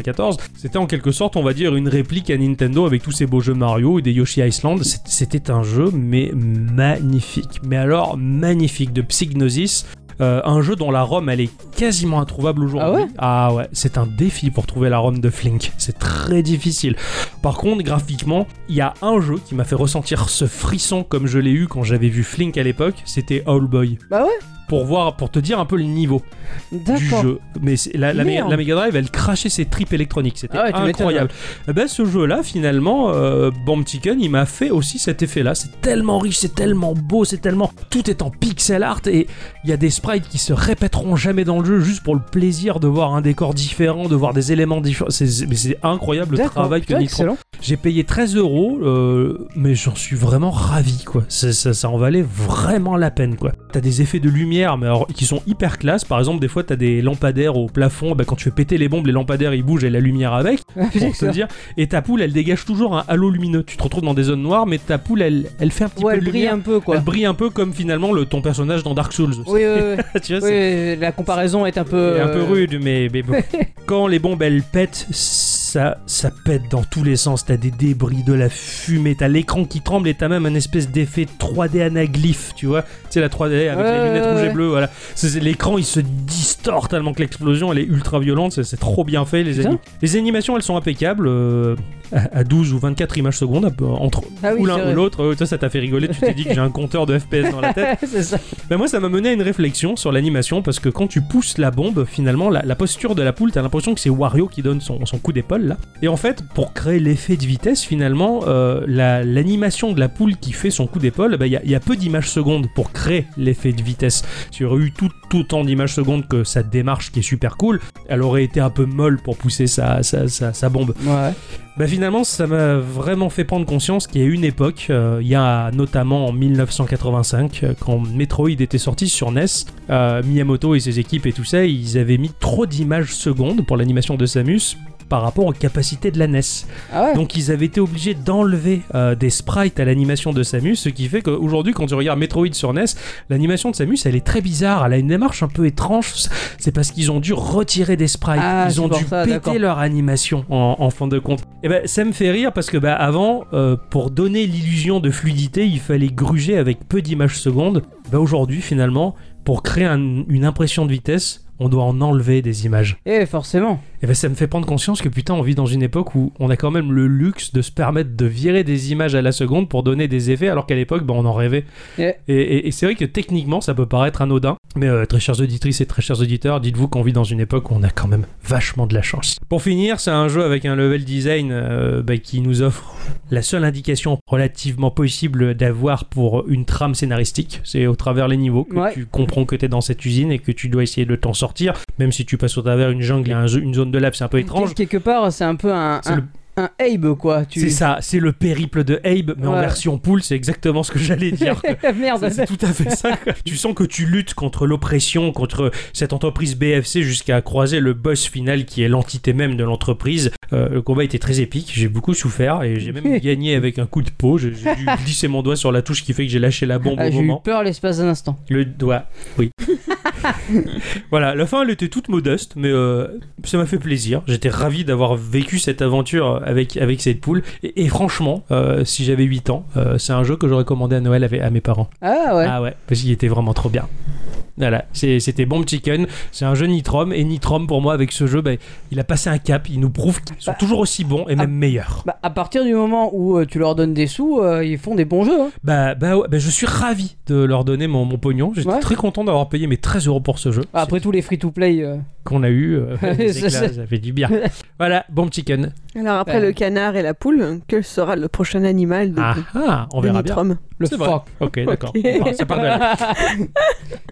Speaker 1: C'était en quelque sorte, on va dire, une réplique à Nintendo avec tous ces beaux jeux Mario et des Yoshi Island. C'est- C'était un jeu, mais magnifique. Mais alors, magnifique, de Psygnosis. Euh, un jeu dont la ROM elle est quasiment introuvable aujourd'hui.
Speaker 2: Ah ouais
Speaker 1: ah ouais, c'est un défi pour trouver la ROM de Flink. C'est très difficile. Par contre, graphiquement, il y a un jeu qui m'a fait ressentir ce frisson comme je l'ai eu quand j'avais vu Flink à l'époque. C'était All Boy.
Speaker 2: Bah ouais.
Speaker 1: Pour voir, pour te dire un peu le niveau du
Speaker 2: D'accord.
Speaker 1: jeu. Mais c'est- la, la, Mega-
Speaker 2: Merde.
Speaker 1: la Mega Drive, elle crachait ses tripes électroniques. C'était
Speaker 2: Ah ouais, tu m'étonnes.
Speaker 1: incroyable. Eh ben, ce jeu-là, finalement, euh, Bomb Chicken, il m'a fait aussi cet effet-là. C'est tellement riche, c'est tellement beau, c'est tellement. Tout est en pixel art et il y a des sprites qui se répéteront jamais dans le jeu juste pour le plaisir de voir un décor différent, de voir des éléments différents. C'est- C'est mais c'est incroyable le
Speaker 2: D'accord,
Speaker 1: travail que
Speaker 2: putain,
Speaker 1: Nitro
Speaker 2: excellent.
Speaker 1: j'ai payé 13 euros, euh, mais j'en suis vraiment ravi, quoi. Ça, ça, ça en valait vraiment la peine, quoi. T'as des effets de lumière, mais alors, qui sont hyper classe. Par exemple, des fois, t'as des lampadaires au plafond. Bah, quand tu fais péter les bombes, les lampadaires, ils bougent et la lumière avec,
Speaker 2: Ah, putain,
Speaker 1: pour te
Speaker 2: excellent.
Speaker 1: dire. Et ta poule, elle dégage toujours un halo lumineux. Tu te retrouves dans des zones noires, mais ta poule, elle, elle fait un petit
Speaker 2: Ouais,
Speaker 1: peu
Speaker 2: elle
Speaker 1: de
Speaker 2: brille
Speaker 1: lumière.
Speaker 2: un peu, quoi.
Speaker 1: Elle brille un peu comme finalement le, ton personnage dans Dark Souls.
Speaker 2: Oui, oui, oui.
Speaker 1: tu vois,
Speaker 2: Oui,
Speaker 1: c'est-
Speaker 2: oui, la comparaison est un peu.
Speaker 1: c'est un peu
Speaker 2: euh,
Speaker 1: rude, mais, mais bon. quand les bombes elles pètent, ça, ça pète dans tous les sens. T'as des débris, de la fumée, t'as l'écran qui tremble et t'as même un espèce d'effet 3D anaglyphe, tu vois. Tu sais, la 3D avec
Speaker 2: Ouais,
Speaker 1: les lunettes
Speaker 2: ouais,
Speaker 1: rouges et
Speaker 2: ouais.
Speaker 1: bleues, voilà. C'est- c'est- L'écran il se distord tellement que l'explosion elle est ultra violente, c'est- c'est trop bien fait. Les,
Speaker 2: Putain.
Speaker 1: ani- les animations elles sont impeccables, euh, à à 12 ou 24 images secondes, euh, entre
Speaker 2: Ah oui,
Speaker 1: ou
Speaker 2: c'est
Speaker 1: l'un
Speaker 2: vrai.
Speaker 1: ou l'autre. Euh, Toi ça t'a fait rigoler, tu t'es dit que j'ai un compteur de FPS dans la tête.
Speaker 2: euh, c'est ça.
Speaker 1: Bah moi ça m'a mené à une réflexion sur l'animation parce que quand tu pousses la bombe finalement la, la posture de la poule t'as l'impression que c'est Wario qui donne son, son coup d'épaule là et en fait pour créer l'effet de vitesse finalement euh, la- l'animation de la poule qui fait son coup d'épaule bah, il y, a- il y a peu d'images secondes pour créer l'effet de vitesse tu aurais eu tout, tout autant d'images secondes que sa démarche qui est super cool elle aurait été un peu molle pour pousser sa- sa- sa, sa bombe
Speaker 2: Ouais.
Speaker 1: bah finalement, ça m'a vraiment fait prendre conscience qu'il y a une époque, euh, il y a notamment en 1985, euh, quand Metroid était sorti sur E NES, euh, Miyamoto et ses équipes et tout ça, ils avaient mis trop d'images secondes pour l'animation de Samus. par rapport aux capacités de la E NES.
Speaker 3: Ah ouais
Speaker 1: Donc ils avaient été obligés d'enlever euh, des sprites à l'animation de Samus, ce qui fait qu'aujourd'hui quand tu regardes Metroid sur NES, l'animation de Samus elle est très bizarre, elle a une démarche un peu étrange, c'est parce qu'ils ont dû retirer des sprites,
Speaker 2: Ah,
Speaker 1: ils ont
Speaker 2: c'est pour
Speaker 1: dû
Speaker 2: ça, d'accord.
Speaker 1: péter leur animation en, en fin de compte. Et ben ça me fait rire parce que bah, avant, euh, pour donner l'illusion de fluidité, il fallait gruger avec peu d'images secondes. Bah aujourd'hui finalement, pour créer un- une impression de vitesse, on doit en enlever des images.
Speaker 2: Eh, forcément.
Speaker 1: Et ben ça me fait prendre conscience que putain, on vit dans une époque où on a quand même le luxe de se permettre de virer des images à la seconde pour donner des effets, alors qu'à l'époque, ben, on en rêvait.
Speaker 2: Ouais.
Speaker 1: Et, et- et c'est vrai que techniquement, ça peut paraître anodin, mais euh, très chères auditrices et très chers auditeurs, dites-vous qu'on vit dans une époque où on a quand même vachement de la chance. Pour finir, c'est un jeu avec un level design euh, ben, qui nous offre la seule indication relativement possible d'avoir pour une trame scénaristique. C'est au travers les niveaux que
Speaker 2: Ouais.
Speaker 1: tu comprends que tu es dans cette usine et que tu dois essayer de t'en sortir, même si tu passes au travers une jungle et un zo- une zone de lave, c'est un peu étrange.
Speaker 2: Quel- Quelque part, c'est un peu un,
Speaker 1: C'est
Speaker 2: un,
Speaker 1: le-
Speaker 2: un Abe, quoi. Tu...
Speaker 1: C'est ça, c'est le périple de Abe, mais en
Speaker 2: Ouais.
Speaker 1: version poule, c'est exactement ce que j'allais dire. quoi.
Speaker 2: Merde.
Speaker 1: C'est c'est tout à fait ça. quoi. tu sens que tu luttes contre l'oppression, contre cette entreprise BFC jusqu'à croiser le boss final qui est l'entité même de l'entreprise. Euh, le combat était très épique, j'ai beaucoup souffert et j'ai même gagné avec un coup de peau. J'ai j'ai dû glisser mon doigt sur la touche qui fait que j'ai lâché la bombe
Speaker 2: Ah,
Speaker 1: au
Speaker 2: J'ai eu
Speaker 1: moment.
Speaker 2: peur l'espace d'un instant.
Speaker 1: Le doigt, oui. voilà, la fin elle était toute modeste, mais euh, ça m'a fait plaisir. J'étais ravi d'avoir vécu cette aventure avec, avec cette poule. Et, et franchement, euh, si j'avais 8 ans, euh, c'est un jeu que j'aurais commandé à Noël avec- à mes parents.
Speaker 2: Ah ouais.
Speaker 1: Ah ouais, parce qu'il était vraiment trop bien. Voilà, c'est- c'était Bomb Chicken, c'est un jeu Nitrom, et Nitrom pour moi avec ce jeu, ben, il a passé un cap, il nous prouve qu'ils sont
Speaker 2: Bah,
Speaker 1: toujours aussi bons et
Speaker 2: ah.
Speaker 1: même meilleurs.
Speaker 2: Bah, à partir du moment où euh, tu leur donnes des sous, euh, ils font des bons jeux. hein.
Speaker 1: Bah, bah, ouais, bah, je suis ravi de leur donner mon, mon pognon, j'étais
Speaker 2: Ouais.
Speaker 1: très content d'avoir payé mes 13 euros pour ce jeu.
Speaker 2: Ah, Après tout, les free-to-play. euh,
Speaker 1: qu'on a eu. euh, les
Speaker 2: C'est
Speaker 1: éclats,
Speaker 2: ça.
Speaker 1: ça fait du bien. Voilà, bon chicken.
Speaker 3: Alors après
Speaker 2: Ouais.
Speaker 3: le canard et la poule, quel sera le prochain animal de,
Speaker 1: Ben. Ah ah, on
Speaker 3: de
Speaker 1: verra bien.
Speaker 3: Nitrom
Speaker 2: Le
Speaker 1: C'est vrai.
Speaker 2: fuck.
Speaker 1: Ok, d'accord.
Speaker 3: Ok.
Speaker 1: Enfin, ça parle de la-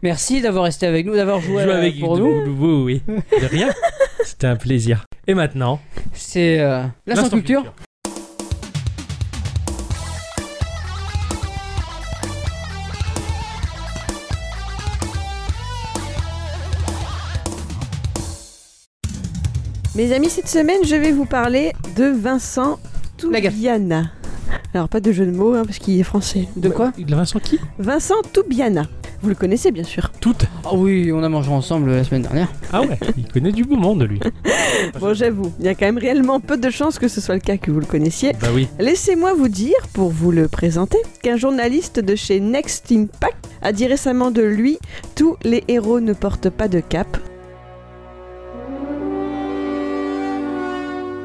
Speaker 2: Merci d'avoir resté avec nous, d'avoir joué,
Speaker 1: Jouer
Speaker 2: euh,
Speaker 1: avec
Speaker 2: pour
Speaker 1: vous,
Speaker 2: nous.
Speaker 1: vous, oui. De rien. C'était un plaisir. Et maintenant,
Speaker 2: C'est euh, l'instant
Speaker 1: l'instant
Speaker 2: culture.
Speaker 3: Mes amis, cette semaine, je vais vous parler de Vincent
Speaker 2: Lagaffe.
Speaker 3: Toubiana. Alors, pas de jeu de mots, hein, parce qu'il est français.
Speaker 2: De quoi
Speaker 1: Il Vincent qui
Speaker 3: Vincent Toubiana. Vous le connaissez, bien sûr.
Speaker 1: Toutes.
Speaker 2: Ah oui, on a mangé ensemble euh, la semaine dernière.
Speaker 1: Ah ouais, il connaît du beau monde, lui.
Speaker 3: Bon, j'avoue, il y a quand même réellement peu de chances que ce soit le cas que vous le connaissiez.
Speaker 1: Bah oui.
Speaker 3: Laissez-moi vous dire, pour vous le présenter, qu'un journaliste de chez Next Impact a dit récemment de lui Tous les héros ne portent pas de cap.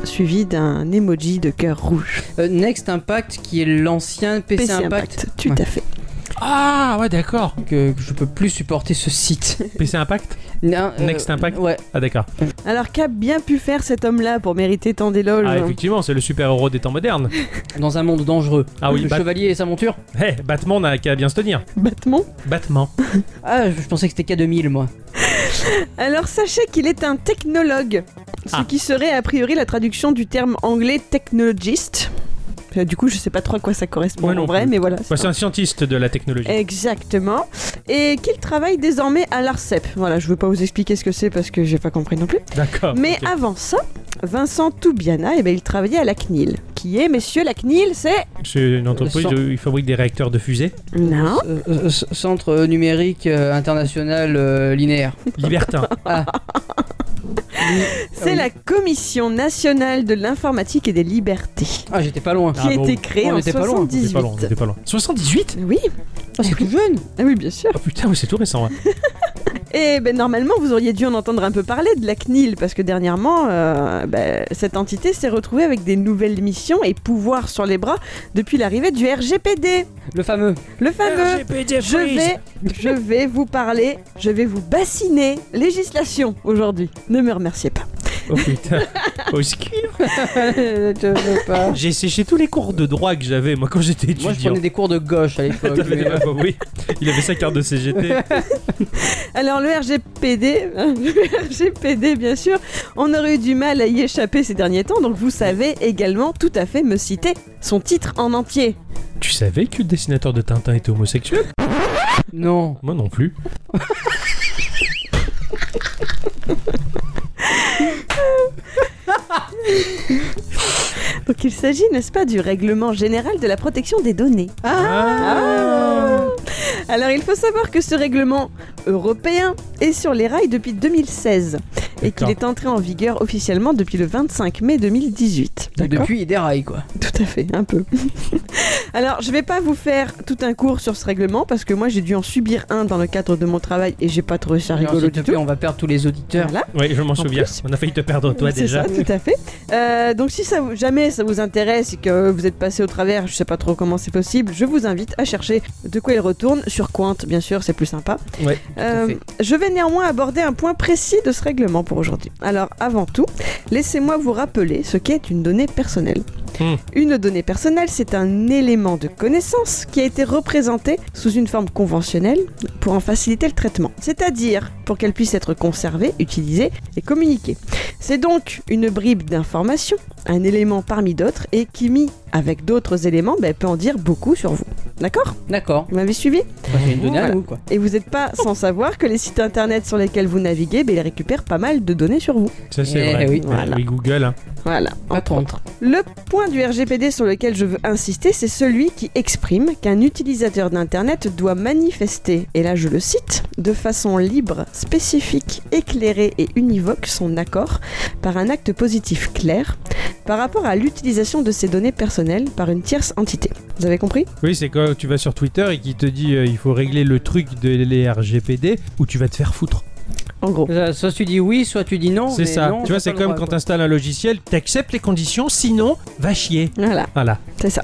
Speaker 3: Suivi d'un emoji de cœur rouge.
Speaker 2: Euh, Next Impact, qui est l'ancien PC,
Speaker 3: PC
Speaker 2: Impact,
Speaker 3: Impact, tout à fait.
Speaker 1: Ah ouais, d'accord.
Speaker 2: que que je peux plus supporter ce site.
Speaker 1: PC Impact
Speaker 2: Non, euh,
Speaker 1: Next Impact
Speaker 2: Ouais.
Speaker 1: Ah d'accord.
Speaker 3: Alors qu'a bien pu faire cet homme-là pour mériter tant d'éloges
Speaker 1: Ah
Speaker 3: hein
Speaker 1: effectivement, c'est le super-héros des temps modernes.
Speaker 2: Dans un monde dangereux.
Speaker 1: Ah oui,
Speaker 2: Le
Speaker 1: Bat-
Speaker 2: chevalier et sa monture.
Speaker 1: hey, Batman n'a qu'à bien se tenir.
Speaker 3: Battement.
Speaker 1: Batman.
Speaker 2: Ah, je je pensais que c'était K2000, moi.
Speaker 3: Alors sachez qu'il est un technologue, ce
Speaker 1: Ah.
Speaker 3: qui serait a priori la traduction du terme anglais technologist. Euh, Du coup, je sais pas trop à quoi ça correspond
Speaker 1: Moi non
Speaker 3: en vrai,
Speaker 1: plus.
Speaker 3: mais voilà.
Speaker 1: Bah, c'est un scientiste de la technologie.
Speaker 3: Exactement. Et qu'il travaille désormais à l'ARCEP. E Voilà, je veux pas vous expliquer ce que c'est parce que j'ai pas compris non
Speaker 2: Ah, Eh.
Speaker 3: plus.
Speaker 1: D'accord.
Speaker 3: mais
Speaker 1: ok.
Speaker 3: avant ça, Vincent Toubiana, eh ben, il travaillait à la CNIL. Qui est, messieurs, la CNIL, c'est...
Speaker 1: C'est une entreprise
Speaker 2: Sans-
Speaker 1: où ils fabriquent des réacteurs de fusée.
Speaker 3: Non.
Speaker 2: Euh, euh, c- centre numérique euh, international euh, linéaire.
Speaker 1: Libertin.
Speaker 2: Ah
Speaker 3: C'est la Commission nationale de l'informatique et des libertés.
Speaker 2: Ah, j'étais pas loin.
Speaker 1: Ah
Speaker 3: qui a
Speaker 1: bon,
Speaker 3: été créé
Speaker 2: on
Speaker 3: en
Speaker 2: était pas loin, on
Speaker 1: C'était
Speaker 3: 78.
Speaker 1: pas loin, c'était pas loin. 78
Speaker 3: Oui,
Speaker 2: Ah, c'est tout jeune.
Speaker 3: ah oui, bien sûr.
Speaker 1: Oh putain, ouais, c'est tout récent. ouais.
Speaker 3: Et ben, normalement, vous auriez dû en entendre un peu parler de la CNIL, parce que dernièrement, euh, ben, cette entité s'est retrouvée avec des nouvelles missions et pouvoirs sur les bras depuis l'arrivée du RGPD.
Speaker 2: Le fameux.
Speaker 3: Le fameux
Speaker 1: RGPD
Speaker 3: je
Speaker 1: freeze.
Speaker 3: vais, je vais vous parler, je vais vous bassiner législation aujourd'hui. Ne me remerciez pas.
Speaker 1: Oh putain, au secours.
Speaker 3: Euh,
Speaker 2: Je veux pas.
Speaker 1: J'ai séché tous les cours de droit que j'avais, moi, quand j'étais
Speaker 2: Moi, je
Speaker 1: étudiant.
Speaker 2: prenais des cours de gauche à l'époque.
Speaker 1: T'avais
Speaker 2: mais, euh,
Speaker 1: des meufs, oui. Il avait sa carte de CGT.
Speaker 3: Alors le RGPD, hein, le RGPD bien sûr, on aurait eu du mal à y échapper ces derniers temps, donc vous savez également tout à fait me citer son titre en entier.
Speaker 1: Tu savais que le dessinateur de Tintin était homosexuel
Speaker 2: Non.
Speaker 1: Moi non plus.
Speaker 3: Donc il s'agit, n'est-ce pas, du règlement général de la protection des données.
Speaker 1: Ah.
Speaker 3: Alors il faut savoir que ce règlement européen est sur les rails depuis 2016 et qu'il
Speaker 1: D'accord.
Speaker 3: est entré en vigueur officiellement depuis le 25 mai 2018.
Speaker 2: Depuis, il déraille quoi.
Speaker 3: Tout à fait, un peu. Alors, je vais pas vous faire tout un cours sur ce règlement parce que moi j'ai dû en subir un dans le cadre de mon travail et j'ai pas trouvé ça
Speaker 2: Alors,
Speaker 3: rigolo
Speaker 2: s'il te
Speaker 3: du
Speaker 2: plaît,
Speaker 3: tout.
Speaker 2: on va perdre tous les auditeurs.
Speaker 3: Voilà.
Speaker 1: Ouais, je m'en souviens.
Speaker 3: plus.
Speaker 1: On a failli te perdre, toi,
Speaker 3: C'est
Speaker 1: déjà.
Speaker 3: ça, tout à fait. Euh, donc si ça, vous- jamais ça vous intéresse et que vous êtes passé au travers, je sais pas trop comment c'est possible, je vous invite à chercher de quoi il retourne sur Quant, bien sûr, c'est plus sympa.
Speaker 1: Ouais,
Speaker 3: Euh,
Speaker 2: fait.
Speaker 3: je vais néanmoins aborder un point précis de ce règlement pour aujourd'hui. Alors avant tout, laissez-moi vous rappeler ce qu'est une donnée personnelle.
Speaker 1: Hmm.
Speaker 3: Une donnée personnelle, c'est un élément de connaissance qui a été représenté sous une forme conventionnelle pour en faciliter le traitement, c'est-à-dire pour qu'elle puisse être conservée, utilisée et communiquée. C'est donc une bribe d'information, un élément parmi d'autres, et qui, mis avec d'autres éléments, ben, peut en dire beaucoup sur vous. D'accord
Speaker 2: D'accord.
Speaker 3: Vous m'avez suivi
Speaker 2: Bah, c'est une donnée à
Speaker 3: Voilà.
Speaker 2: nous quoi.
Speaker 3: Et vous n'êtes pas sans savoir que les sites internet sur lesquels vous naviguez, ben, ils récupèrent pas mal de données sur vous.
Speaker 1: Ça, c'est
Speaker 2: Eh
Speaker 1: vrai.
Speaker 2: oui.
Speaker 1: Euh,
Speaker 3: Voilà.
Speaker 1: Oui, Google. hein.
Speaker 3: Voilà.
Speaker 2: Pas contre.
Speaker 3: Le point du RGPD sur lequel je veux insister, c'est celui qui exprime qu'un utilisateur d'Internet doit manifester, et là je le cite, de façon libre, spécifique, éclairée et univoque son accord par un acte positif clair par rapport à l'utilisation de ses données personnelles par une tierce entité. Vous avez compris
Speaker 1: Oui, c'est quand tu vas sur Twitter et qu'il te dit euh, il faut régler le truc de les RGPD ou tu vas te faire foutre.
Speaker 3: En gros.
Speaker 2: Euh, Soit tu dis oui, soit tu dis non.
Speaker 1: c'est
Speaker 2: mais
Speaker 1: ça.
Speaker 2: non,
Speaker 1: tu vois,
Speaker 2: t'as
Speaker 1: c'est
Speaker 2: pas le
Speaker 1: comme
Speaker 2: droit,
Speaker 1: quand t'installes un logiciel, t'acceptes les conditions, sinon, va chier.
Speaker 3: Voilà,
Speaker 1: Voilà.
Speaker 3: c'est ça.